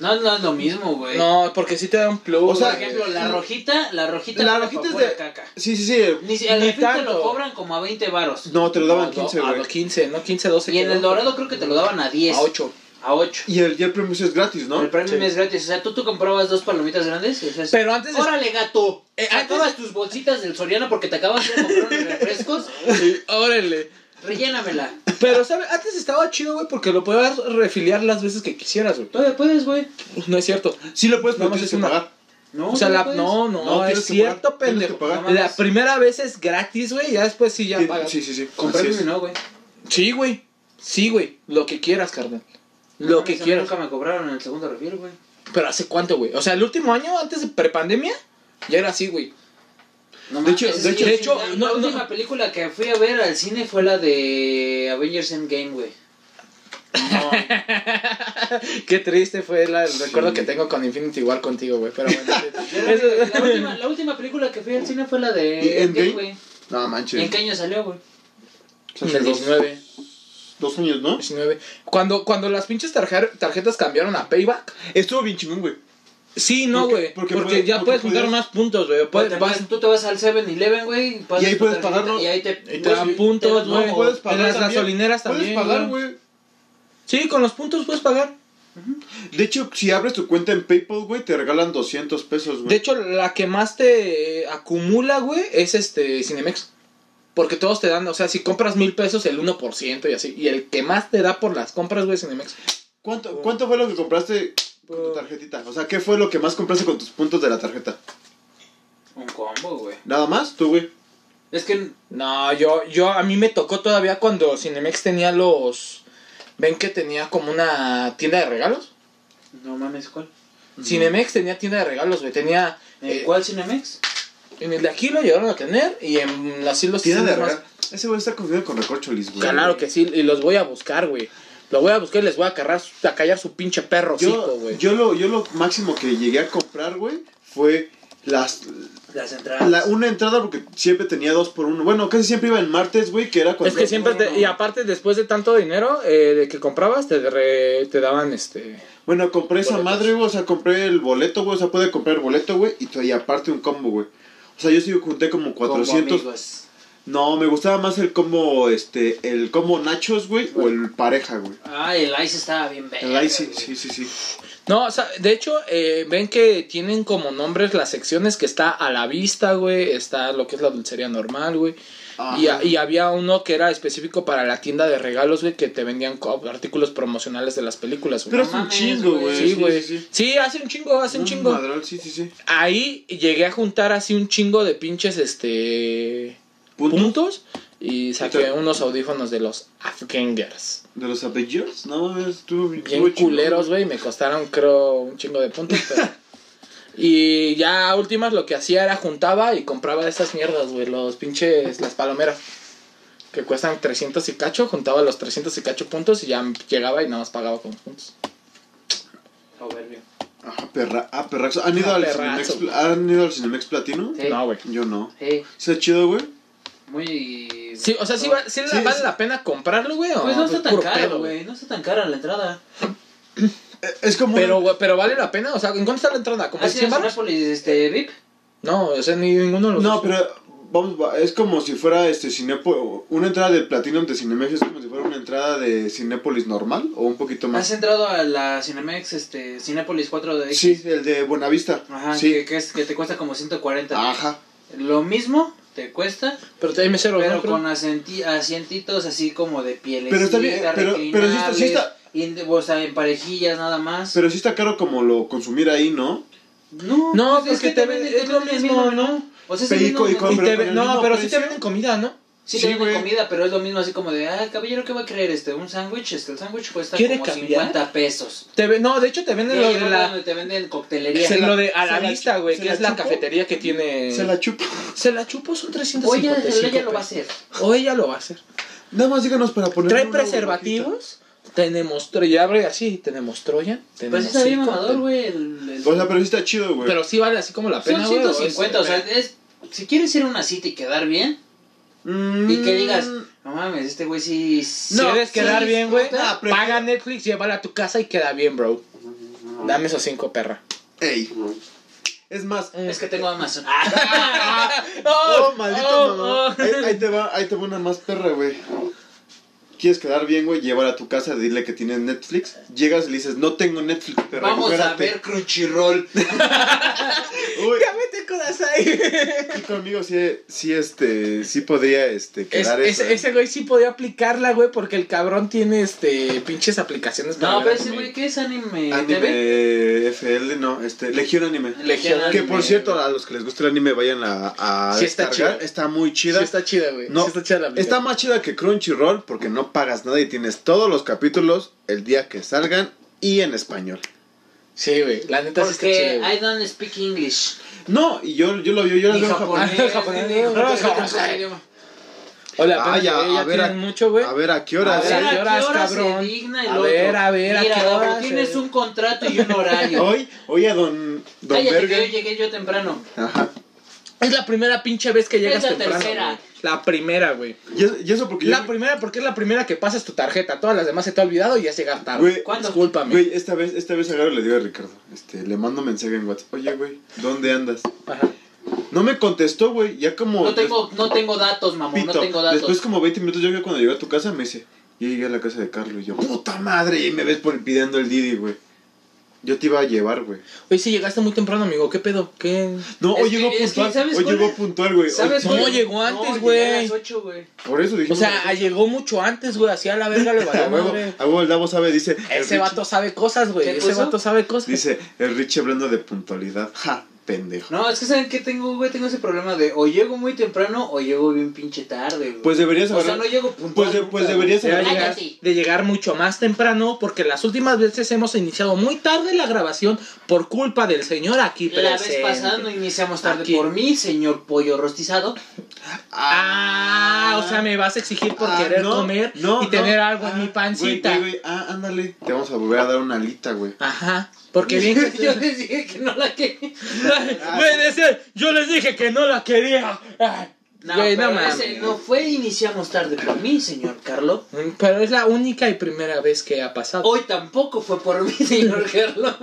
No, no es lo mismo, güey. No, porque sí te da un plus. O sea, Por ejemplo, la rojita, la rojita. La no rojita te es cobra de- caca. Sí, sí, sí. Ni si al Ni refil te tanto. lo cobran como a 20 varos. No, te lo daban a do- 15, A güey. do- 15, ah, no 15, 12. y en creo. el dorado creo que te lo daban a 10. A 8. A 8. Y el, y el premio es gratis, ¿no? El premium Sí. es gratis. O sea, tú, tú comprabas dos palomitas grandes. y decías, Pero antes de- Órale, gato. Eh, Sacabas tus bolsitas del Soriana porque te acabas de comprar unos refrescos. Órale. Rellénamela. Pero, ¿sabes? Antes estaba chido, güey, porque lo podías refiliar las veces que quisieras, güey. Todavía puedes, güey. No es cierto. Sí lo puedes, pero Nada más es tienes que una- pagar. No, O sea, la, puedes. no, no, No, tienes es que cierto, pagar, tienes pendejo. que pagar. La primera vez es gratis, güey, ya después sí ya Tien- pagas. Sí, sí, sí. Con así premium es. no, güey. Sí, güey. Sí, güey. Lo que quieras, carnal. Lo No, que a mí quieras. Nunca me cobraron en el segundo refil, güey. Pero ¿hace cuánto, güey? O sea, el último año, antes de prepandemia, ya era así, güey. No De mames, hecho- de sí, hecho- sí, de hecho, la, no, la no. última película que fui a ver al cine fue la de Avengers Endgame, güey. Qué triste fue la- el Sí. recuerdo que tengo con Infinity igual contigo, güey. Pero bueno. sí. Yo Eso- creo que La última, la última película que fui al cine fue la ¿Y de Endgame? Endgame, güey. No, ¿En manches. qué año salió, güey? O En sea, el hace dos, 19. dos años, ¿no? 19. Cuando, cuando las pinches tarjar- tarjetas cambiaron a Payback. Estuvo bien chingón, güey. Sí, no, Porque- güey. Porque, porque puede- ya porque puedes juntar puedes- más puntos, güey. Pues, Puedes- vas- vas- tú te vas al 7-Eleven, güey. pasas Y ahí tu puedes tarjeta pagarlo. Y ahí te, Y te dan puntos, Pues, No, güey. No, puedes en pagar. las también. gasolineras también, Puedes pagar, güey. güey. Sí, con los puntos puedes pagar. De hecho, si abres tu cuenta en PayPal, güey, te regalan 200 pesos, güey. De hecho, la que más te eh, acumula, güey, es este Cinemex. Porque todos te dan, o sea, si compras mil pesos, el 1% y así. Y el que más te da por las compras, güey, es Cinemex. ¿Cuánto, ¿Cuánto fue lo que compraste con tu tarjetita? O sea, ¿qué fue lo que más compraste con tus puntos de la tarjeta? Un combo, güey. Nada más, tú, güey. Es que No, yo, yo, a mí me tocó todavía cuando Cinemex tenía los... ¿Ven que tenía como una tienda de regalos? no mames, ¿cuál? Cinemex tenía tienda de regalos, güey. Tenía... ¿Eh, eh, ¿Cuál Cinemex? en el de aquí lo llegaron a tener y en las islas... Tiene de más- regalos. Ese güey está confundido con Recorcholis, güey. Claro que sí, y los voy a buscar, güey. Los voy a buscar y les voy a, cargar, su- a callar su pinche perro, hocico, Yo, güey. yo, lo, yo lo máximo que llegué a comprar, güey, fue las, Las entradas. la, una entrada porque siempre tenía dos por uno. Bueno, casi siempre iba el martes, güey, que era Es cuando... que siempre, te- y aparte después de tanto dinero eh, de que comprabas, te, re- te daban este... Bueno, compré esa Boletos. madre, güey, o sea, compré el boleto, güey, o sea, pude comprar el boleto, güey, y, y aparte un combo, güey. O sea, yo sí junté como Como 400... amigos. No, me gustaba más el combo, este, el combo nachos, güey, o el pareja, güey. Ah, el Ice estaba bien bello. El ice, sí, sí, sí. No, o sea, de hecho, eh, ven que tienen como nombres las secciones que está a la vista, güey, está lo que es la dulcería normal, güey. Y, a- y había uno que era específico para la tienda de regalos, güey, que te vendían co- artículos promocionales de las películas, güey. Pero No es un mames, chingo, güey. güey. sí, güey. Sí, sí, sí. hace un chingo, hace un chingo. madral, sí, sí, sí. Ahí llegué a juntar así un chingo de pinches, este... Punto. Puntos. Y saqué Puta. unos audífonos de los Afgangers. De los apellidos, no mames, tú. Bien culeros, güey, me costaron creo un chingo de puntos, pero... Y ya a últimas lo que hacía era juntaba y compraba esas mierdas, güey, los pinches, las palomeras que cuestan 300 y cacho, juntaba los 300 y cacho puntos y ya llegaba y nada más pagaba con puntos. Soberbio. Ah, perra, ah, perraxo. ¿Han ido, Ah, al perrazo, Cinemex, güey. ¿Han ido al Cinemex Platino? Sí. No, güey. Yo no. Sí, ¿Está chido, güey? muy. Sí, o sea, sí, va- sí la- Sí, vale sí. la pena comprarlo, güey. o Pues no es está tan puro caro, pedo, güey. No está tan cara la entrada. Eh, Es como. Pero, una- güey, pero vale la pena, o sea, ¿en cuánto está la entrada? ¿Como en ¿Has ido 100 a baros? Cinépolis, este, VIP? No, o sea, ni ninguno de los No, dos. pero. Vamos, va- es como si fuera este Cinepo, una entrada de Platinum de Cinemex es como si fuera una entrada de Cinépolis normal o un poquito ¿Has más. entrado a la Cinemex, este, Cinépolis 4DX? Sí, el de Buenavista. Ajá, sí. Ah. que, que es, que te cuesta como 140. Ajá. Lo mismo te cuesta, Pero te hay meseros, pero ¿no? Creo. con asenti- asientitos así como de pieles. Pero está bien, pero- pero sí está- sí está- o sea, en parejillas nada más. Pero sí está caro como lo consumir ahí, ¿no? no, No, pues porque te ven- es lo venden mismo, ¿no? O sea, es el Perico mismo y Y menú. Pero te con ve- el no, mismo pero sí te precio. venden comida, ¿no? Sí, Sí, te venden güey. comida, pero es lo mismo así como de, ah, caballero, ¿qué va a querer este? Un sándwich, este, el sándwich cuesta ¿Quiere como cambiar? 50 pesos. Te ve- no, de hecho te Y venden lo hay de lugares la... donde te venden coctelería. Se la- lo de a la se la vista, chu- güey, se que la es la chupo. cafetería que tiene... Se la chupo. Se la chupo, son 355 Oye, ella ella lo va a pesos. hacer. O ella lo va a hacer. Nada más díganos para poner. ¿Trae preservativos? Tenemos Troya, ya abre así, tenemos Troya, Pero tenemos Pues sí está bien cinco, mamador, ten- güey. el- el- O sea, pero sí está chido, güey. Pero sí vale así como la Son pena, güey. o es- 150, o sea, es, si quieres ir a una cita y quedar bien, Mm. y que digas, no mames, este güey sí... sí- No, quieres sí quedar bien, güey. disfruta". prefiero- Paga Netflix, llévala a tu casa y queda bien, bro. Dame esos cinco, perra. Ey. Es más. Eh. Es que ah, tengo Amazon. Ah, Oh, ¡Oh, maldito oh, mamá. oh! Ahí, ahí te va, ahí te va una más perra, güey. ¿Quieres quedar bien, güey? Llévala a tu casa, dile que tienes Netflix. Llegas y le dices, no tengo Netflix, perra. Vamos espérate". a ver Crunchyroll. Uy, Ya vete con Asai. aquí conmigo sí, sí, este, sí podría, este, Es- quedar es- eso. eh. ese güey sí podía aplicarla, güey, porque el cabrón tiene este pinches aplicaciones para No, ver pero ese anime. güey, ¿qué es anime? TV? Anime FL, no, este, Legión Anime. Legión Legión Que Anime. por cierto, a los que les gusta el anime vayan a, a Sí está descargar. chido. Está muy Sí chida. está chida, güey. No, Sí está chida la Está aplicación. más chida que Crunchyroll porque no pagas nada y tienes todos los capítulos el día que salgan y en español. Sí, güey. La neta sí está Porque chida. este, I güey. don't speak English. No, y yo, yo lo vi, yo lo Ni veo en Japón. japonés. Ah, japonés, ni- no, no, no, no, no, japonés. no, no. Hola, Ah, apenas, ya, güey, ya a ver, tienen a- mucho, güey. A ver a qué A hora ver, ¿a sí. qué horas, hora se cabrón? digna el A ver, otro? a ver, ¿a Mira, qué hora Gabo, tienes se- un contrato y un horario. Hoy, hoy a don, don Cállate, que yo Berger. llegué yo temprano. Ajá. Es la primera pinche vez que llegas la temprano. tercera. güey. La primera, güey. Y eso, y eso porque yo- La primera, porque es la primera que pasas tu tarjeta. Todas las demás se te ha olvidado y ya llegar tarde. Güey, ¿Cuándo? Discúlpame. Güey, esta vez, esta vez agarro y le digo a Ricardo, este, le mando mensaje en WhatsApp. Oye, güey, ¿dónde andas? Ajá. No me contestó, güey, ya como... No tengo, no tengo datos, mamón, Pito. no tengo datos. Después como 20 minutos yo creo que cuando llegué a tu casa me dice, yo llegué a la casa de Carlos y yo, puta madre, y me ves por pidiendo el Didi, güey. Yo te iba a llevar, güey. Oye, sí llegaste muy temprano, amigo. ¿Qué pedo? ¿Qué? No, Es hoy que- llegó es que, puntual. ¿sabes hoy cuál llegó es? puntual, güey. ¿Sabes Hoy- No, cuál? llegó antes, llegué güey. a las ocho, güey. Por eso dije. O sea, ah, llegó mucho antes, güey. Hacía la verga, le valió a huevo, madre. a huevo el Davo sabe, dice. el Ese Richie- vato sabe cosas, güey. ¿Qué Ese puso? vato sabe cosas. Dice, el Richie hablando de puntualidad. Ja, pendejo. No, es que ¿saben qué tengo, güey? Tengo ese problema de o llego muy temprano o llego bien pinche tarde, güey. Pues deberías o sea, agarrar- no llego puntual. pues, de- nunca, pues deberías de agarrar- llegar, Cállate. de llegar mucho más temprano porque las últimas veces hemos iniciado muy tarde la grabación por culpa del señor aquí güey. La vez presente. pasada no iniciamos tarde Aquí. por mí, señor pollo rostizado. Ah, o sea, me vas a exigir por Ah, querer no, comer no, y tener no. algo Ah, en mi pancita. Güey, güey, güey. Ah, ándale. Te vamos a volver a dar una alita, güey. Ajá, porque bien que Yo les dije que no la que. Puede ser, yo les dije que no la quería. Ay, No, güey, no pero mames. ese no fue iniciamos tarde por mí, señor Carlo. Mm, Pero es la única y primera vez que ha pasado. Hoy tampoco fue por mí, señor Carlo.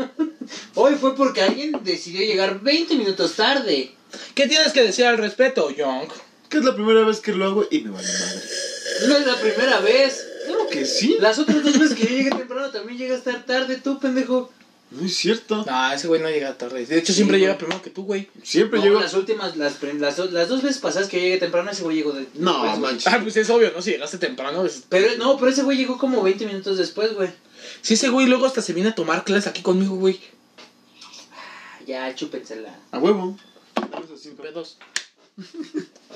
Hoy fue porque alguien decidió llegar 20 minutos tarde. ¿Qué tienes que decir al respeto, Young? Que es la primera vez que lo hago y me vale madre. No es la primera vez. Claro que sí. Las otras dos veces que yo llegué temprano también llegué a estar tarde, tú, pendejo. No es cierto. No, ese güey no llega tarde. De hecho, Sí, siempre güey. llega primero que tú, güey. Siempre No, llego. las últimas, las, prim- las, do- las dos veces pasadas que yo llegué temprano, ese güey llegó de- No, después, güey. manches. Ah, pues es obvio, ¿no? Si llegaste temprano. es- Pero no, pero ese güey llegó como 20 minutos después, güey. Sí, ese güey luego hasta se viene a tomar clases aquí conmigo, güey. Ah, Ya, chúpensela. A huevo. Pedos.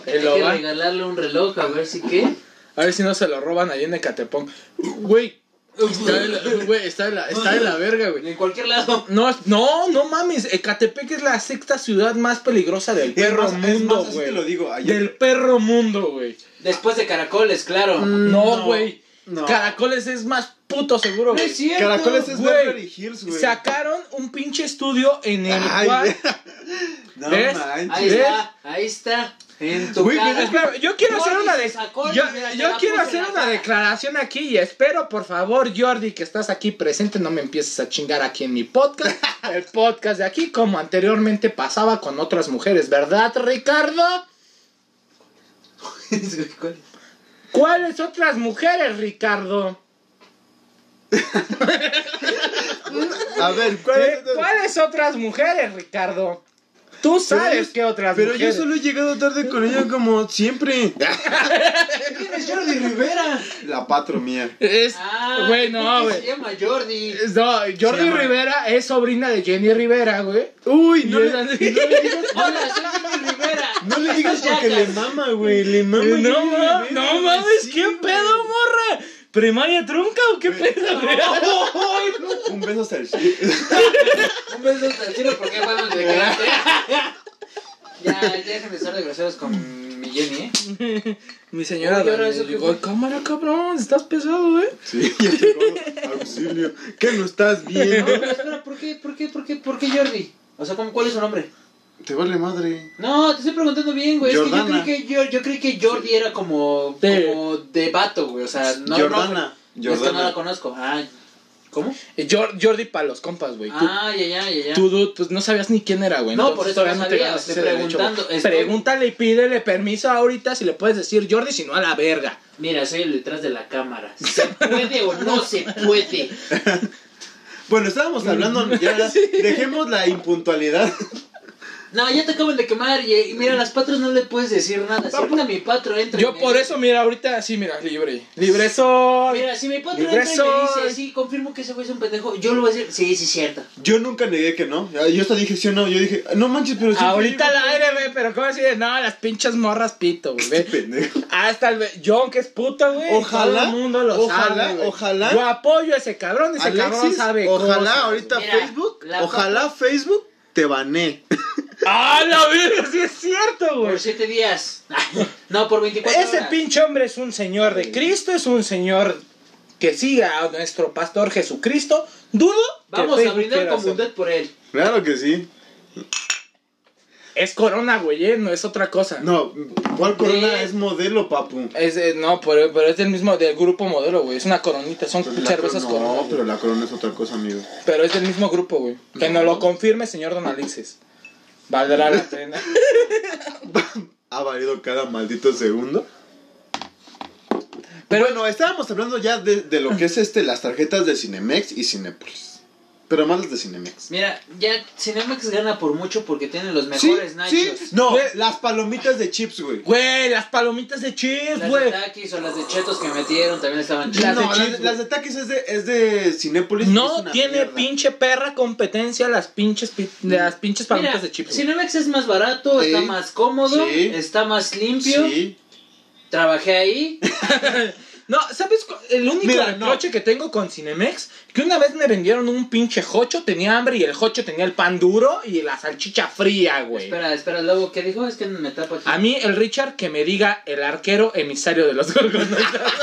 Hay El hogar. que regalarle un reloj, a ver si qué. A ver si no se lo roban ahí en Ecatepong. Güey, está de la, güey, está de la, está de la verga, güey. En cualquier lado. No, es- no, no mames. Ecatepec es la sexta ciudad más peligrosa del perro más- es mundo, más, así güey. te lo digo. Ayer- Del perro mundo, güey. Después de caracoles, claro. Mm, No, güey. No. Caracoles es más puto seguro, No güey. es cierto. Caracoles es güey. Beverly Hills, güey. Sacaron un pinche estudio en el Ay, cual. No ¿Ves? Ahí manches. ¿Ves? está, ahí está. En tu Güey, cara. Espera, yo quiero hacer Jordi una se de- sacó y yo, mira, te yo la quiero puse hacer en la una cara. declaración aquí y espero por favor Jordi que estás aquí presente no me empieces a chingar aquí en mi podcast el podcast de aquí como anteriormente pasaba con otras mujeres verdad Ricardo ¿Cuál? ¿cuáles otras mujeres Ricardo A ver, ¿cuál ¿Eh? es- ¿cuáles otras mujeres Ricardo tú sabes yo- qué otras Pero yo mujeres solo he llegado tarde con ella como siempre. ¿Quién es Jordi Rivera? La patro mía. es Ah, güey ¿por no qué güey Se llama Jordi. Es- no, Jordi llama- Rivera es sobrina de Jenny Rivera güey Uy, Y no le, es así. no le digas, Hola, soy Jordi Rivera. no le digas Estas porque le yacas. mama, güey. Le mama. Eh, Jenny No, ma- Rivera, no güey, mames, sí, ¿qué güey. pedo, morra? ¿Primaria trunca o qué pedo? güey? Un beso hasta el cielo. Un beso hasta el cielo porque fue donde quedaste. ya, ya dejen de estar de groseros con mi Jenny, ¿eh? Mi señora Oye, ahora Daniel, eso que digo, fue- "Ay, cámara, cabrón, estás pesado, eh. Sí, ya llegó. Auxilio. Que no estás bien. No, pero espera, ¿por qué, por qué, por qué, por qué Jordi? O sea, ¿cómo, ¿cuál es su nombre? Te vale madre. No, te estoy preguntando bien, güey. Es que yo Jordana. creí que, yo, yo creí que Jordi era como, Sí. como de vato, güey. O sea, no, no. Jordana. Es que no la Jordana. conozco. Ah, ¿cómo? Eh, Jor- Jordi para los compas, güey. Tú- Ah, ya, ya, ya, ya. Tú, dude, pues no sabías ni quién era, güey. No, entonces por eso todavía no te sabía, ganas estoy ese derecho, güey. preguntando, estoy- Pregúntale y pídele permiso ahorita si le puedes decir Jordi, si no a la verga. Mira, soy el detrás de la cámara. ¿Se puede o no se puede? Bueno, estábamos hablando. Ya, dejemos la impuntualidad. No, ya te acaban de quemar y, y mira, a las patras no le puedes decir nada. Si ahorita mi patro entra y Yo me por dice- eso, mira, ahorita sí, mira, libre. Libre soy. Mira, pues, si mi patro Libre entra y me soy. dice, sí, confirmo que ese güey es un pendejo, yo lo voy a decir, sí, sí, cierto. Yo nunca negué que no. Yo hasta dije sí o no. Yo dije, no manches, pero sí. Ahorita al pues, aire, güey, pero ¿cómo así de no? Las pinches morras pito, güey. ve. Pendejo. Hasta el ve- John, que es puta, güey. Todo Ojalá, el mundo lo ojalá, sabe, güey. ojalá. Yo apoyo a ese cabrón. Ese cabrón Alexis, sabe. ojalá cosas, ahorita Mira, Facebook, la ojalá Facebook te banee. güey. ¡Ah, la verga! Sí, es cierto, güey. Por siete días. no, por 24 Ese horas. pinche hombre es un señor de Cristo, es un señor que siga a nuestro pastor Jesucristo. Dudo. que Vamos a Facebook brindar quiera con hacer- bondad por él. Claro que sí. Es corona, güey, eh, no es otra cosa. No, ¿cuál corona Sí. es modelo, papu? Es, eh, no, pero, pero es del mismo, del grupo modelo, güey. Es una coronita, son La cervezas corona- corona. No, pero la corona es otra cosa, amigo. Pero es del mismo grupo, güey. Que nos lo confirme, señor Don Alexis. Valdrá la pena. Ha valido cada maldito segundo. Pero Pero bueno, estábamos hablando ya de, de lo que es este las tarjetas de Cinemex y Cinépolis. Pero más los de Cinemex. Mira, ya Cinemex gana por mucho porque tiene los Sí, mejores nachos. sí. No, Güey. las palomitas de chips, güey. Güey, las palomitas de chips, Las güey. de Takis o las de Chetos que metieron también estaban Las chidas. Las, de no, de, chips, las, güey. las de Takis es de, es de Cinépolis. es No una tiene mierda. pinche perra competencia las pinches pi- las pinches palomitas Mira, de chips. güey. Cinemex es más barato, Sí. está más cómodo, Sí. está más limpio. Sí. Trabajé ahí. No, ¿sabes? cu- El único Mira, reproche que tengo con Cinemex, que una vez me vendieron un pinche jocho, tenía hambre y el jocho tenía el pan duro y la salchicha fría, güey. Espera, espera, luego, ¿qué dijo? Es que me tapa aquí. A mí el Richard que me diga el arquero emisario de los gorgonotas.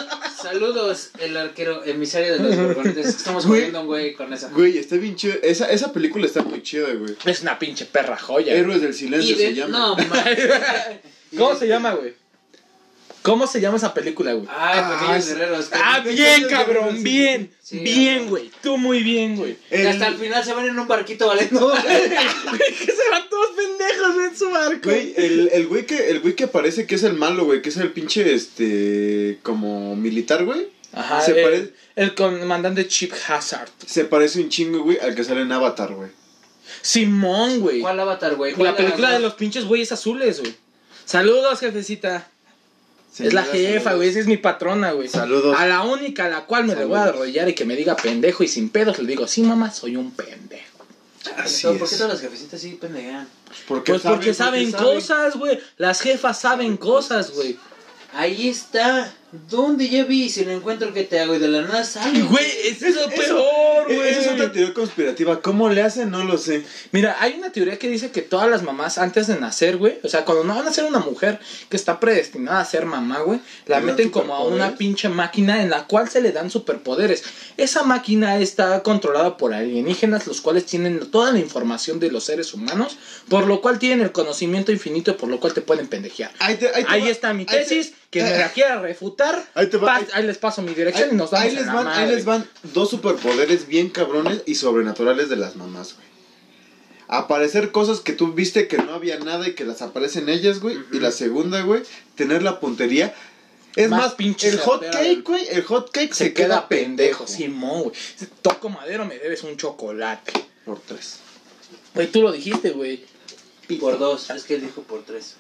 Saludos, el arquero emisario de los gorgonetes. Estamos Güey. jugando un güey con esa. Güey, está bien chido. Esa, esa película está muy chida, güey. es una pinche perra joya. güey. Héroes del Y Silencio de- se llama. No, mames. ¿Cómo se llama, güey? ¿Cómo se llama esa película, güey? Ay, Ah, pequeños es- guerreros. que- Ah, bien, cabrón, bien. Sí, bien, ah. güey. Tú muy bien, güey. que El- hasta el final se van en un barquito valiendo. Güey, que se van todos pendejos en su barco. Güey, el, el güey que, el güey que parece que es el malo, güey, que es el pinche, este, como militar, güey. Ajá, Se el, pare- el comandante Chip Hazard. Se parece un chingo, güey, al que sale en Avatar, güey. Simón, güey. ¿Cuál avatar, güey? ¿Cuál La película avatar? de los pinches güeyes azules, güey. Saludos, jefecita. es la Señora, jefa, saludos. güey. Esa es mi patrona, güey. Saludos. A la única a la cual me le voy a Saludos. arrodillar y que me diga pendejo y sin pedos le digo, sí, mamá, soy un pendejo. Así ¿Por qué es. todas las jefecitas sí pendejean? Porque Pues porque saben cosas, güey. Las jefas saben cosas, güey. Ahí está. ¿Dónde ya vi? Si lo encuentro, ¿qué te hago? Y de la nada sale. Ay, Güey, es lo eso- peor, Eh, güey. Esa es otra teoría conspirativa. ¿Cómo le hacen? No lo sé. Mira, hay una teoría que dice que todas las mamás antes de nacer, güey, o sea, cuando no van a ser una mujer que está predestinada a ser mamá, güey, la ¿Le dan meten como a una superpoderes? pinche máquina en la cual se le dan superpoderes. Esa máquina está controlada por alienígenas, los cuales tienen toda la información de los seres humanos, por lo cual tienen el conocimiento infinito, por lo cual te pueden pendejear. Ahí, te- ahí te Ahí va- está mi ahí te- tesis, que me la quiera refutar. Ahí te va- pas- ahí- ahí les paso mi Ahí, dirección y nos vamos ahí les a la van, ahí madre. les van dos superpoderes bien cabrones y sobrenaturales de las mamás, güey. Aparecer cosas que tú viste que no había nada y que las aparecen ellas, güey. Y la segunda, güey, tener la puntería. Es Más más, pinche el hot certera del- cake, güey, el hot cake Se, queda pendejo, Simón, güey. Toco madero, me debes un chocolate. Por tres. Güey, tú lo dijiste, güey. Por dos. Es que él dijo por tres.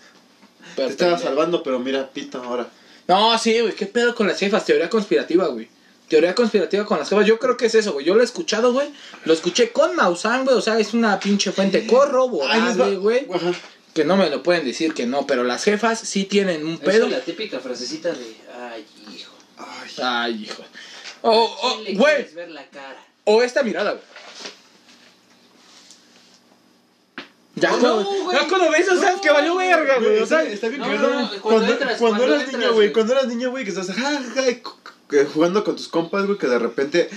Pero Te estaba pendejo. salvando, pero mira, pito ahora. No, sí, güey. ¿Qué pedo con las jefas? Teoría conspirativa, güey. Teoría conspirativa con las jefas. Yo creo que es eso, güey. Yo lo he escuchado, güey. Lo escuché con Maussan, güey. O sea, es una pinche fuente Ahí les corroborable, va- güey. Ajá. Que no me lo pueden decir que no. Pero las jefas sí tienen un Pero pedo. es la típica frasecita de. Ay, hijo. Ay. Ay, hijo. O, ¿A o, quién le güey. quieres ver la cara? O esta mirada, güey. Ya, No, cuando, no, güey. ya cuando ves, o sea, No, que valió verga, güey. O sea, está, está bien no, cabrón. no, cuando cuando, cuando, entras, cuando eras entras, niño, güey. güey, cuando eras niño, güey, que estás ja, ja, ja, y cu- cu- eh, jugando con tus compas, güey, que de repente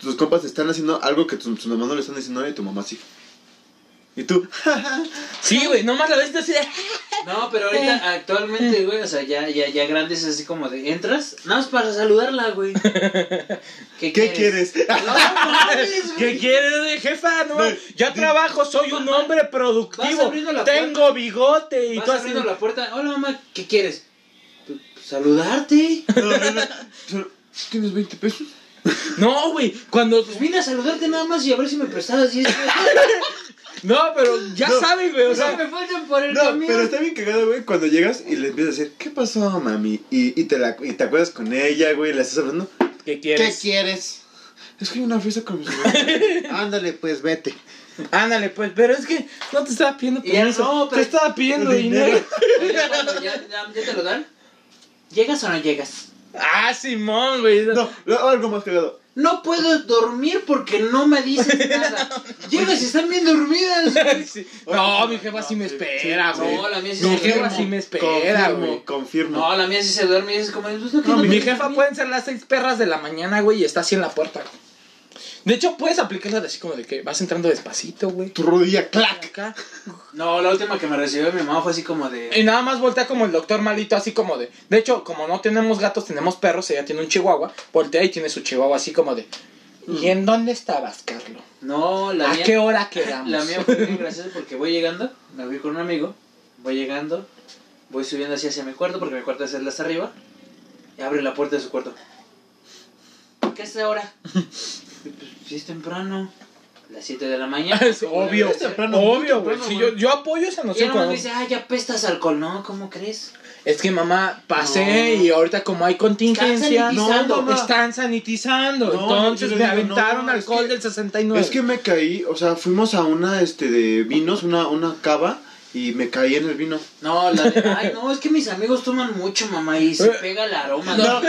tus compas están haciendo algo que tus, tus mamás no le están diciendo y tu mamá sí. Y tú, ja, ja. sí, güey. Nomás la ves así de. No, pero ahorita, actualmente, güey, o sea, ya, ya, ya grandes, así como de. Entras, nada más para saludarla, güey. ¿Qué, ¿qué quieres? No, mames, ¿Qué güey. quieres, de jefa? No, No, ya trabajo, soy un hombre vas productivo. abriendo la Tengo bigote y Vas tú así. abriendo la puerta. Hola, mamá, ¿qué quieres? Pues, Saludarte. No, no, no. ¿Tienes 20 pesos? No, güey, cuando Pues vine a saludarte nada más y a ver si me prestabas 10 pesos. No, pero ya No, saben, güey, o O sea, sea, me faltan por el No, camino. pero está bien cagado, güey, cuando llegas y le empiezas a decir, ¿qué pasó, mami? Y, y te, la, y te acuerdas con ella, güey, y la estás hablando. ¿qué quieres? quieres? Es que hay una fiesta con mis amigos. Ándale, pues vete. Ándale, pues, pero es que no te estaba pidiendo Y ya permiso, no, pero- te estaba pidiendo dinero. Dinero. Oye, cuando ya, ya- ya te lo dan? ¿Llegas o no llegas? Ah, Simón, güey. No, lo- algo más cagado. No puedo dormir porque no me dices nada. Llegas y están bien dormidas. güey. Sí. No, mi jefa sí me espera, sí. güey. No, la mía sí Mi se jefa duerme. sí me espera, confirmo, güey. Confirmo. No, la mía sí se duerme y es como... pues, ¿no, que No, no mi quieres jefa dormir? pueden ser las seis perras de la mañana, güey, y está así en la puerta. güey. De hecho, puedes aplicarla de así como de que vas entrando despacito, güey. Tu rodilla, clac. Acá. No, la última que me recibió mi mamá fue así como de... Y nada más voltea como el doctor malito, así como de. De hecho, como no tenemos gatos, tenemos perros, ella tiene un chihuahua. Voltea y tiene su chihuahua así como de. ¿Y en dónde estabas, Carlos? No, la ¿A mía... Ah, qué hora quedamos? La mía fue bien graciosa porque voy llegando, me voy con un amigo, voy llegando, voy subiendo así hacia mi cuarto porque mi cuarto es el de hasta arriba y abre la puerta de su cuarto. ¿Qué es ahora? Pues, sí es temprano. las 7 de la mañana. Es obvio, Es temprano, obvio, muy güey. temprano, Sí, yo, güey. yo apoyo esa Y noción. además cuando- me dice, ah, ya apestas alcohol. No, ¿cómo crees? Es que mamá, pasé No. y ahorita como hay contingencia, Están sanitizando. no, mamá. están sanitizando. No, Entonces yo me le digo, aventaron no, es alcohol que- del 69. Es que me caí, o sea, fuimos a una este de vinos, una, una cava, y me caí en el vino. No, la de, ay, no, es que mis amigos toman mucho, mamá, y se pega el aroma. Eh, No.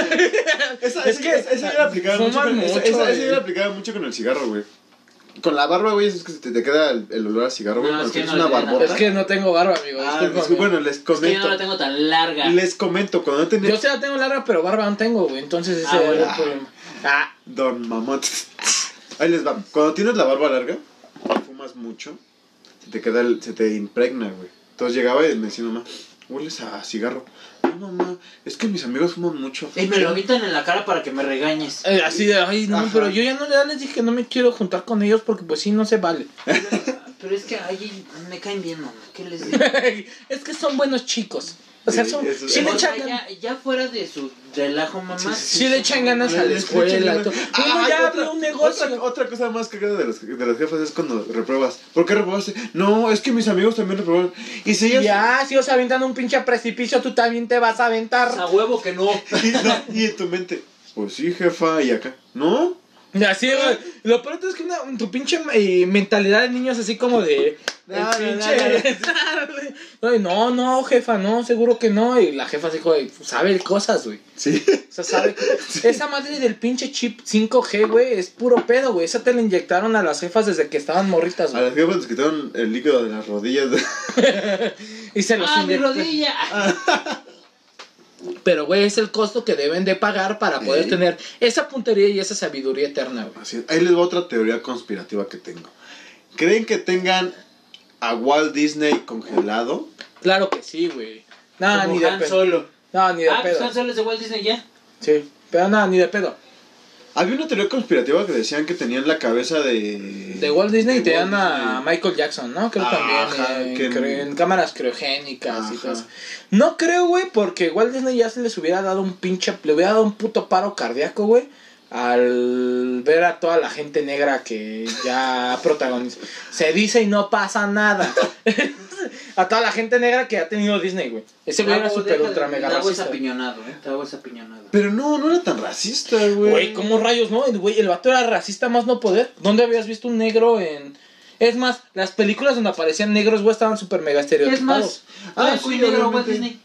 Esa, Es esa- que- esa- esa yo la aplicaba mucho, fuman con, esa- mucho, esa- esa güey. yo la aplicaba mucho con el cigarro, güey. Con la barba, güey, es que se te, te queda el, el olor a cigarro, güey. No, es porque que es no una le da nada. barbota. Es que no tengo barba, amigo. Ah, discúlpame. disculpe, bueno, les Es que yo comento. no la tengo tan larga. Les comento, cuando tenía Yo sí la tengo larga, pero barba no tengo, güey. Entonces ese Ah, era bueno. el problema. Ah, Don Mamot. Ahí les va. Cuando tienes la barba larga, fumas mucho, se te queda el- se te impregna, güey. Entonces llegaba y me decía mamá, hueles a cigarro. No, mamá, es que mis amigos fuman mucho. Y me lo avientan en la cara para que me regañes. eh, así de, ay, no, Ajá. pero yo ya no ya les dije que no me quiero juntar con ellos porque pues sí, no se vale. Pero es que ahí me caen bien, mamá. ¿Qué les digo? es que son buenos chicos. O sea, Sí, son, eso- sí le O echan sea, ganas. ya, ya fuera de su relajo, mamá. Sí le echan ganas a la Les echo escuela. y ganas. todo. Uno Ay, ya otra- abrió un negocio. Otra, otra cosa más cagada de los, de los jefes es cuando repruebas. ¿Por qué reprobaste? No, es que mis amigos también reprobaron. Y si ellos. Ya, si os avientan un pinche precipicio, tú también te vas a aventar. A huevo que no. Y, no, y en tu mente, pues sí, jefa, y acá. No, Y Así, güey. Lo peor es que una, tu pinche eh, mentalidad de niños así como de. No, el no, no, pinche- Ay, No, no, jefa, no, seguro que no. Y la jefa dijo, "Ay, sabe cosas, güey. sí. O sea, sabe que- Esa madre del pinche chip 5G, güey, es puro pedo, güey. Esa te la inyectaron a las jefas desde que estaban morritas, A güey. las jefas les quitaron el líquido de las rodillas. Y se los ¡Ah, mi inyectaron. rodilla! Pero, güey, es el costo que deben de pagar para poder Ey. tener esa puntería y esa sabiduría eterna, güey. Así es. Ahí les va otra teoría conspirativa que tengo. ¿Creen que tengan a Walt Disney congelado? Claro que sí, güey. Nada, Como ni de Han pedo. Solo. No, ni de Ah, pues pedo. Han Solo es de Walt Disney ya. Sí, pero nada, ni de pedo. Había una teoría conspirativa que decían que tenían la cabeza de... De Walt Disney de te Walt dan a Disney. Michael Jackson, ¿no? Creo Ajá, también eh, que- en, cre- en cámaras criogénicas y Ajá. todo eso. No creo, güey, porque Walt Disney ya se les hubiera dado un pinche, le hubiera dado un puto paro cardíaco, güey. Al ver a toda la gente negra que ya protagoniza. Se dice y no pasa nada. a toda la gente negra que ha tenido Disney, güey. Ese güey era Tavo, super Ah, deja ultra de- mega Tavo es racista. apiñonado, ¿eh? Tavo es apiñonado. Pero no, no era tan racista, güey. Güey, ¿cómo rayos, no? El, güey, el vato era racista más no poder. ¿Dónde habías visto un negro en...? Es más, las películas donde aparecían negros, güey, estaban súper mega estereotipados. Es más, Ah, ah, sí, negro Walt obviamente. Disney.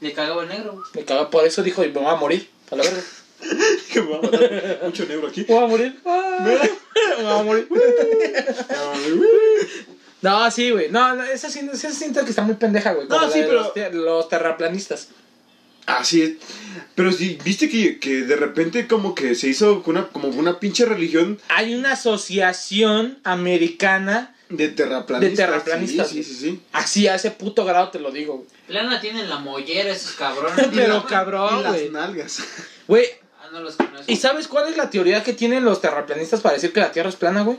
Le cagaba el negro, güey. Me caga, por eso dijo, me voy a morir. A la verga. Que me va a matar mucho negro aquí. Me voy a morir. Ah, me voy a morir. No, sí, güey. No, no, esa, sí- esa siento que está muy pendeja, güey. No, como la sí, de pero- Los, te- los terraplanistas. Así es. Pero sí, viste que, que de repente como que se hizo una, como una pinche religión Hay una asociación americana... de terraplanistas. De terraplanistas. Sí, sí, sí. sí. Así, a ese puto grado te lo digo, güey. Lana tienen la mollera esos cabrones. Pero y cabrón, las güey. nalgas. Güey, Ah, no los conozco. ¿y sabes cuál es la teoría que tienen los terraplanistas para decir que la Tierra es plana, güey?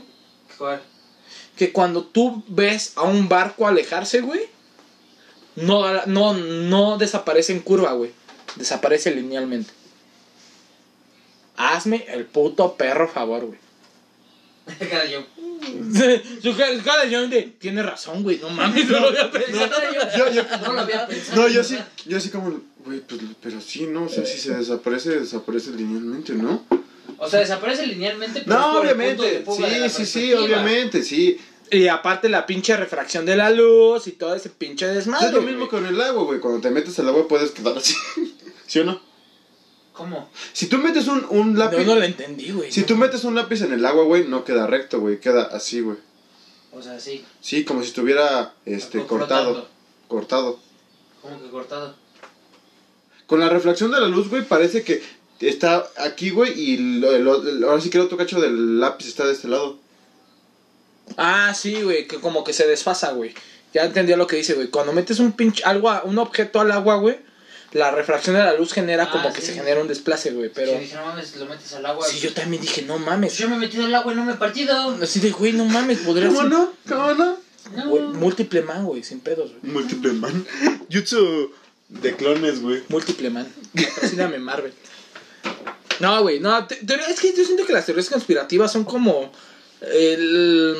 ¿Cuál? que cuando tú ves a un barco alejarse, güey, no, da la- no, no desaparece en curva, güey. Desaparece linealmente. Hazme el puto perro favor, güey. Cada yo. Su ca- su cara de John de, tiene razón, güey, no mames, no lo había pensado". Yo, yo, No lo había pensado. No, yo sí, yo sí como, güey, pues, pero sí, ¿no? O sea, si se desaparece, desaparece linealmente, ¿no? O sea, desaparece linealmente. pero No, por el punto de obviamente, fuga de la sí, sí, sí, perspectiva. obviamente, sí. Y aparte la pinche refracción de la luz y todo ese pinche desmadre. es lo mismo güey. con el agua, güey, cuando te metes al agua puedes quedar así, ¿sí o no? ¿Cómo? Si tú metes un, un No, lápiz, no lo entendí, güey. si no. tú metes un lápiz en el agua, güey, no queda recto, güey, queda así, güey. O sea, sí. Sí, como si estuviera, este, Como cortado, flotando. cortado. ¿Cómo que cortado? Con la reflexión de la luz, güey, parece que está aquí, güey, y lo- lo- lo- ahora sí que el otro cacho del lápiz está de este lado. Ah, sí, güey, que como que se desfasa, güey. Ya entendí lo que dice, güey. Cuando metes un pinche agua, un objeto al agua, güey, la refracción de la luz genera Ah, como que sí. se genera un desplace, güey. Pero Pero... dije, no mames, lo metes al agua. sí, yo también dije, no Pues mames. yo me he metido al agua y no me he partido. Así de, güey, no mames, podría ¿Cómo ser no? ¿Cómo no? No. güey, múltiple man, güey, sin pedos, güey. Múltiple man. Jutsu de clones, güey. Múltiple man. Patrocíname Marvel. No, güey, no, te- teoría- es que yo siento que las teorías conspirativas son como el,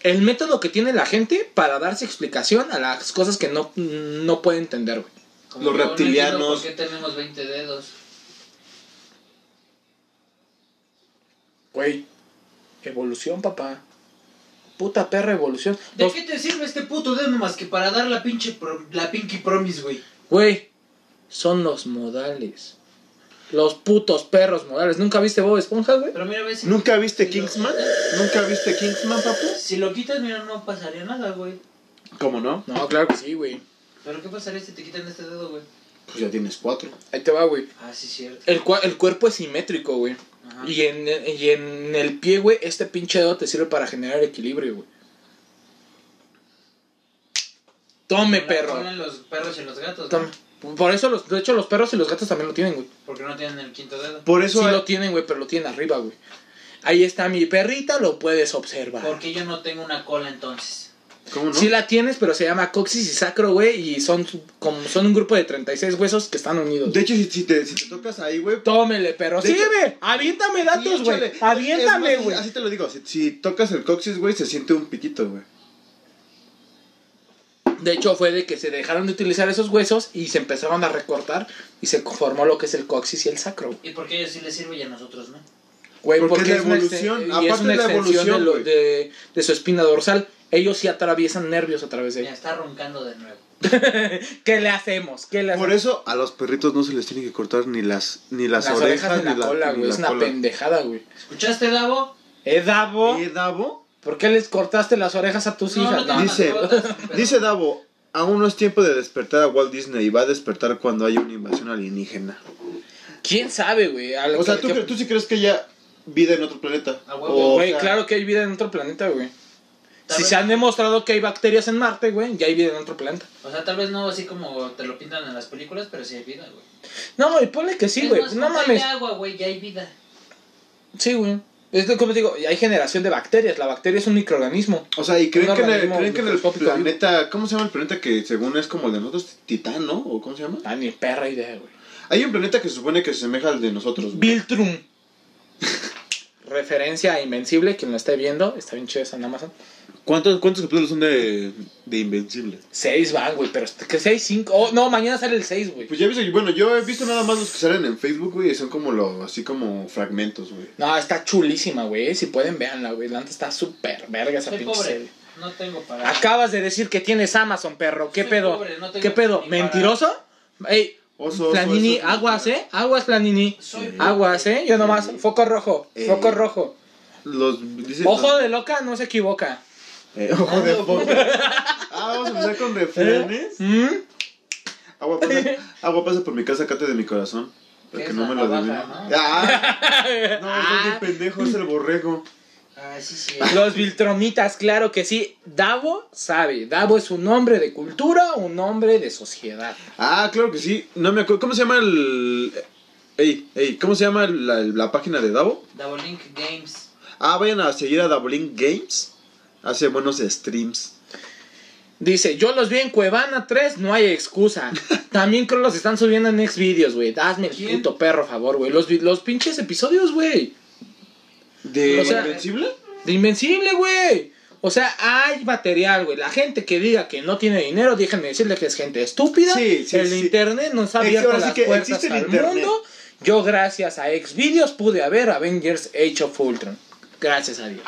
el método que tiene la gente para darse explicación a las cosas que no, no puede entender, güey. Como Los no entiendo reptilianos. ¿Por qué tenemos 20 dedos? Güey, evolución, papá. Puta perra evolución. ¿De Pues- Nos- qué te sirve este puto dedo más que para dar la pinche pro- la pinky promise, güey? Güey, son los modales. Los putos perros modales. ¿Nunca viste Bob Esponja, güey? Pero mira, ves. ¿Nunca viste Kingsman? ¿Nunca viste Kingsman, papu? Si lo quitas, mira, no pasaría nada, güey. ¿Cómo no? No, claro que sí, güey. Pero ¿qué pasaría si te quitan este dedo, güey? Pues ya tienes cuatro. Ahí te va, güey. Ah, sí, cierto. El, cua- el cuerpo es simétrico, güey. Ajá. Y en, y en el pie, güey, este pinche dedo te sirve para generar equilibrio, güey. Tome, Como la perro. ponen los perros y los gatos, Tome. ¿no? Por eso, los, de hecho, los perros y los gatos también lo tienen, güey. Porque no tienen el quinto dedo. Por Sí eso hay- lo tienen, güey, pero lo tienen arriba, güey. Ahí está mi perrita, lo puedes observar. Porque yo no tengo una cola entonces. ¿Cómo no? Sí la tienes, pero se llama coxis y sacro, güey, y son como son un grupo de 36 huesos que están unidos. De hecho, si, si te, si te tocas ahí, güey. Tómele, perro. De Sí, hecho- güey. Aviéntame datos, Échale. güey. Aviéntame, Es más, güey. Así te lo digo. Si, si tocas el coxis, güey, se siente un piquito, güey. De hecho, fue de que se dejaron de utilizar esos huesos y se empezaron a recortar y se formó lo que es el coxis y el sacro, güey. ¿Y por qué a ellos sí les sirve y a nosotros no? Güey, Porque es la una evolución, exten- y es aparte una es la extensión de, evolución, lo- güey. de- de su espina dorsal. Ellos sí atraviesan nervios a través de Mira, está roncando de nuevo. ¿Qué le hacemos? ¿Qué le hacemos? Por eso a los perritos no se les tiene que cortar ni las, ni las, las, orejas, ni la, cola, ni güey. la Es una cola. pendejada, güey. ¿Escuchaste, Davo? Eh, Davo, ¿Eh, Davo? ¿por qué les cortaste las orejas a tus No, hijas? no te Dice- mames, todas, pero- Dice Davo, aún no es tiempo de despertar a Walt Disney y va a despertar cuando haya una invasión alienígena. ¿Quién sabe, güey? Al- O sea, ¿tú, que- cre- tú sí crees que haya vida en otro planeta. A huevo. O Güey, sea, claro que hay vida en otro planeta, güey. Tal Si vez- se han demostrado que hay bacterias en Marte, güey, ya hay vida en otro planeta. O sea, tal vez no así como te lo pintan en las películas, pero sí hay vida, güey. No, y ponle que sí, Es güey. más, No con sal mames. de agua, güey, ya hay vida. Sí, güey. Es lo- como te digo, hay generación de bacterias. La bacteria es un microorganismo. O sea, ¿y creen Un que, en el, organismo creen que en el microscópico vivo. planeta... ¿Cómo se llama el planeta que según es como el de nosotros? Titán, ¿no? ¿O cómo se llama? Ah, ni perra idea, güey. Hay un planeta que se supone que se asemeja al de nosotros. güey. Viltrum. Referencia a Invencible, quien lo esté viendo. Está bien chido esa en Amazon. ¿Cuántos, cuántos capítulos son de, de Invencible? Seis van, güey, pero este- que seis, cinco. Oh, no, mañana sale el seis, güey. Pues ya he visto, bueno, yo he visto nada más los que salen en Facebook, güey, y son como los, así como fragmentos, güey. No, está chulísima, güey. Si pueden, véanla, güey. La neta está súper verga esa Soy pinche pobre. serie. No tengo para. Acabas de decir que tienes Amazon, perro. ¿Qué Soy pedo? pobre, no tengo ¿Qué pedo? ni para- ¿Mentiroso? Ey, Oso, oso, Planini, eso es- aguas, ¿eh? Aguas, Planini. Soy Aguas, ¿eh? Yo nomás, foco rojo, Eh. foco rojo. Los, dice, Ojo de loca no se equivoca. Eh, ojo de foco. Ah, vamos a empezar con ¿Eh? refranes. ¿Mm? Agua pasa, agua pasa por mi casa, cate de mi corazón. Para ¿Qué que es no la me lo navaja, adivinen. no? Ah, no, soy un pendejo, es el borrego. Ah, sí, sí. Los Viltromitas, claro que sí. Davo sabe. Davo es un hombre de cultura, un hombre de sociedad. Ah, claro que sí. No me acuerdo. ¿Cómo se llama el. Ey, ey, ¿cómo se llama la, la página de Davo? Double Link Games. Ah, vayan a seguir a Dabolink Games. Hace buenos streams. Dice, yo los vi en Cuevana 3, no hay excusa. También creo los están subiendo en Next Videos, güey. Hazme el ¿Quién? puto perro favor, güey. Los, vi- los pinches episodios, güey. ¿De O sea- Invencible? De Invencible, güey. O sea, hay material, güey. La gente que diga que no tiene dinero, déjenme decirle que es gente estúpida. Sí, sí, el sí. internet nos ha Ex- abierto ahora sí las que puertas existe el al internet. mundo. Yo, gracias a Xvideos, pude ver Avengers Age of Ultron. Gracias a Dios.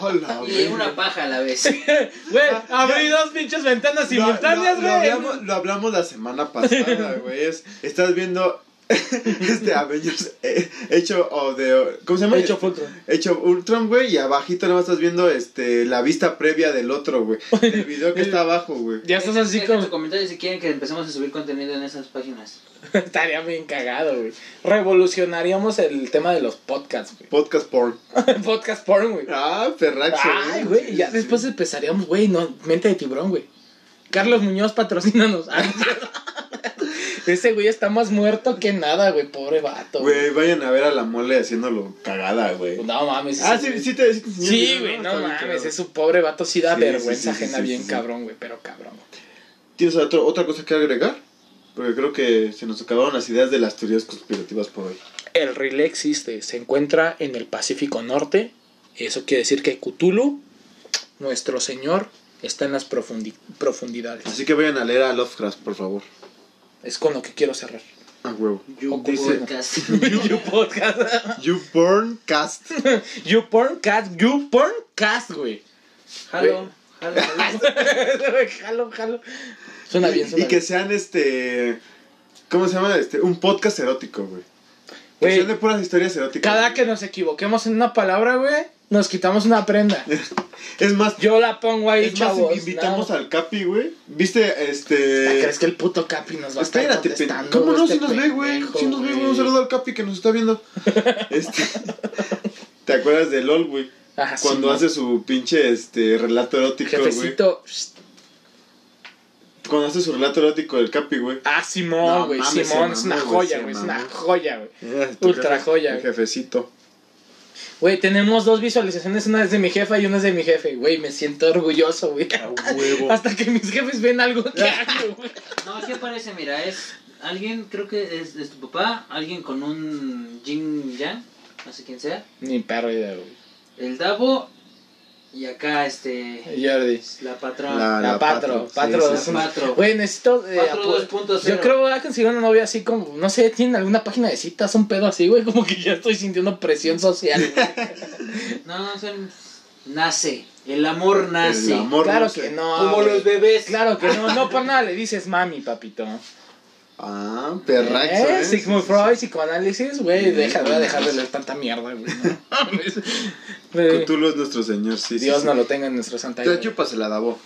Hola, Y una paja a la vez. Güey, abrí dos pinches ventanas simultáneas, lo, lo güey. hablamos, lo hablamos la semana pasada, güey. Es- Estás viendo este Avengers eh, hecho o de. ¿Cómo se llama? Age of Ultron. Hecho Ultron, güey, y abajito nada más estás viendo este la vista previa del otro, güey. El video que está abajo, güey. Ya estás así Dejen como... su comentario si quieren que empecemos a subir contenido en esas páginas. Estaría bien cagado, güey. Revolucionaríamos el tema de los podcasts, güey. Podcast porn. Podcast porn, güey. Ah, ferracho. Ay, güey. Ya Sí, después sí. empezaríamos, güey, no, mente de tiburón, güey. Carlos Muñoz, patrocínanos. Ah, no es cierto. Ese güey está más muerto que nada, güey. Pobre vato. güey. Güey, vayan a ver a la mole haciéndolo cagada, güey. No mames. Ah, ese sí, güey. sí te, sí te enseñé el Pues, Sí, video, güey, no Está bien mames, cagado. es un pobre vato, sí da Sí, vergüenza sí, sí, sí, ajena, sí, bien sí. cabrón, güey, pero cabrón. ¿Tienes otro- otra cosa que agregar? Porque creo que se nos acabaron las ideas de las teorías conspirativas por hoy. El relé existe, se encuentra en el Pacífico Norte, Eso quiere decir que Cthulhu, nuestro señor, está en las profundi- profundidades. Así que vayan a leer a Lovecraft, por favor. Es con lo que quiero cerrar. A huevo. You Dice- podcast. you podcast. You Porn Cast. you porncast. You porncast, güey. Jalo, jalo. jalo, jalo. Suena bien, suena Y que bien. sean este. ¿Cómo se llama? Este, un podcast erótico, güey. Que Güey, sean de puras historias eróticas. cada güey. que nos equivoquemos en una palabra, güey, nos quitamos una prenda. Es más, Yo la pongo ahí, es más, chavos. invitamos no. al Capi, güey. ¿Viste? Este. ¿Crees que el puto Capi nos va a estar Espérate, pen- contestando? ¿cómo no? este si nos ve, güey. pendejo, Si nos ve, güey. Un saludo al Capi que nos está viendo. Este, ¿Te acuerdas de LOL, güey? Ah, sí, Cuando no. hace su pinche este relato erótico, güey. Jefecito. Cuando hace su relato erótico del Capi, güey. Ah, No Simón, güey. mames, Simón se es una mamó, joya, se güey. Es una mamó. joya, güey. Eh, tu Ultra joya, tu güey. Jefecito. Güey, tenemos dos visualizaciones. Una es de mi jefa y una es de mi jefe. Güey, me siento orgulloso, güey. A huevo. Hasta que mis jefes ven algo que hago, güey. No, aquí aparece, mira, es alguien, creo que es, es tu papá, alguien con un Jin Yang, no sé quién sea, Ni perro idea, güey. el Davo y acá este Jordi. es la patrona. La, patro. Patro. Ah, sí, es sí, una- Patro. Güey, necesito. eh, Patro apo- 2.0. Yo creo que voy a conseguir una novia así como. No sé, ¿tienen alguna página de citas? Un pedo así, güey. Como que ya estoy sintiendo presión social, güey. No, no, son- nace, el amor nace. El amor Ah, claro no sé. que no. Como güey. los bebés. Claro que no, no por nada le dices mami, papito. Ah, Eh, perraxo. ¿eh? Sigmund Freud, psicoanálisis, güey, Sí. Ah, deja, voy a dejar de leer tanta mierda, güey. no mames. Güey, Cthulhu es nuestro señor, sí. sí, Dios sí. no lo tenga en nuestro santa Te vida. chupas la dabo.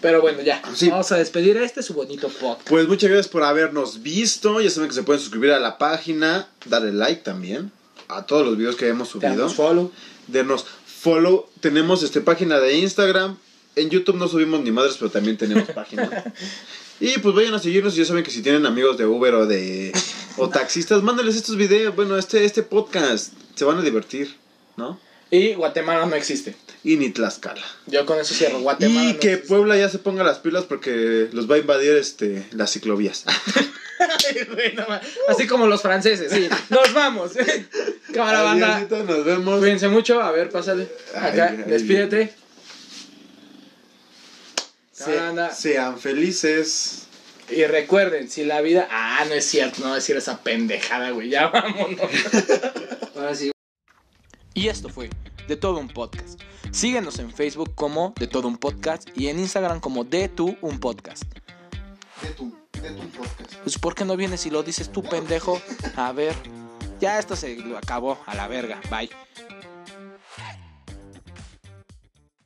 Pero bueno, ya, Sí. vamos a despedir a este su bonito podcast. Pues muchas gracias por habernos visto. Ya saben que se pueden suscribir a la página, darle like también a todos los videos que hemos Te subido. damos follow. Denos follow. Tenemos este página de Instagram. En YouTube no subimos ni madres, pero también tenemos página. Y pues vayan a seguirnos. Ya saben que si tienen amigos de Uber o de o taxistas, mándenles estos videos. Bueno, este este podcast se van a divertir, ¿no? Y Guatemala no existe. Y ni Tlaxcala. Yo con eso cierro. Guatemala. Y no que existe. Puebla ya se ponga las pilas porque los va a invadir este las ciclovías. Ay, güey, no mames. Así como los franceses, sí. Nos vamos. Cámara banda. Adiósito, nos vemos. Cuídense mucho. A ver, pásale. Acá, Ay, ay, despídete. Se- Cámara banda. sean felices. Y recuerden, si la vida. Ah, no es cierto, no voy a decir esa pendejada, güey. Ya vámonos. Ahora sí, Y esto fue De Todo Un Podcast. Síguenos en Facebook como De Todo Un Podcast y en Instagram como De Tu Un Podcast. de tu, de tu podcast. Pues, ¿por qué no vienes y lo dices tú, pendejo? A ver. Ya esto se lo acabó. A la verga. Bye.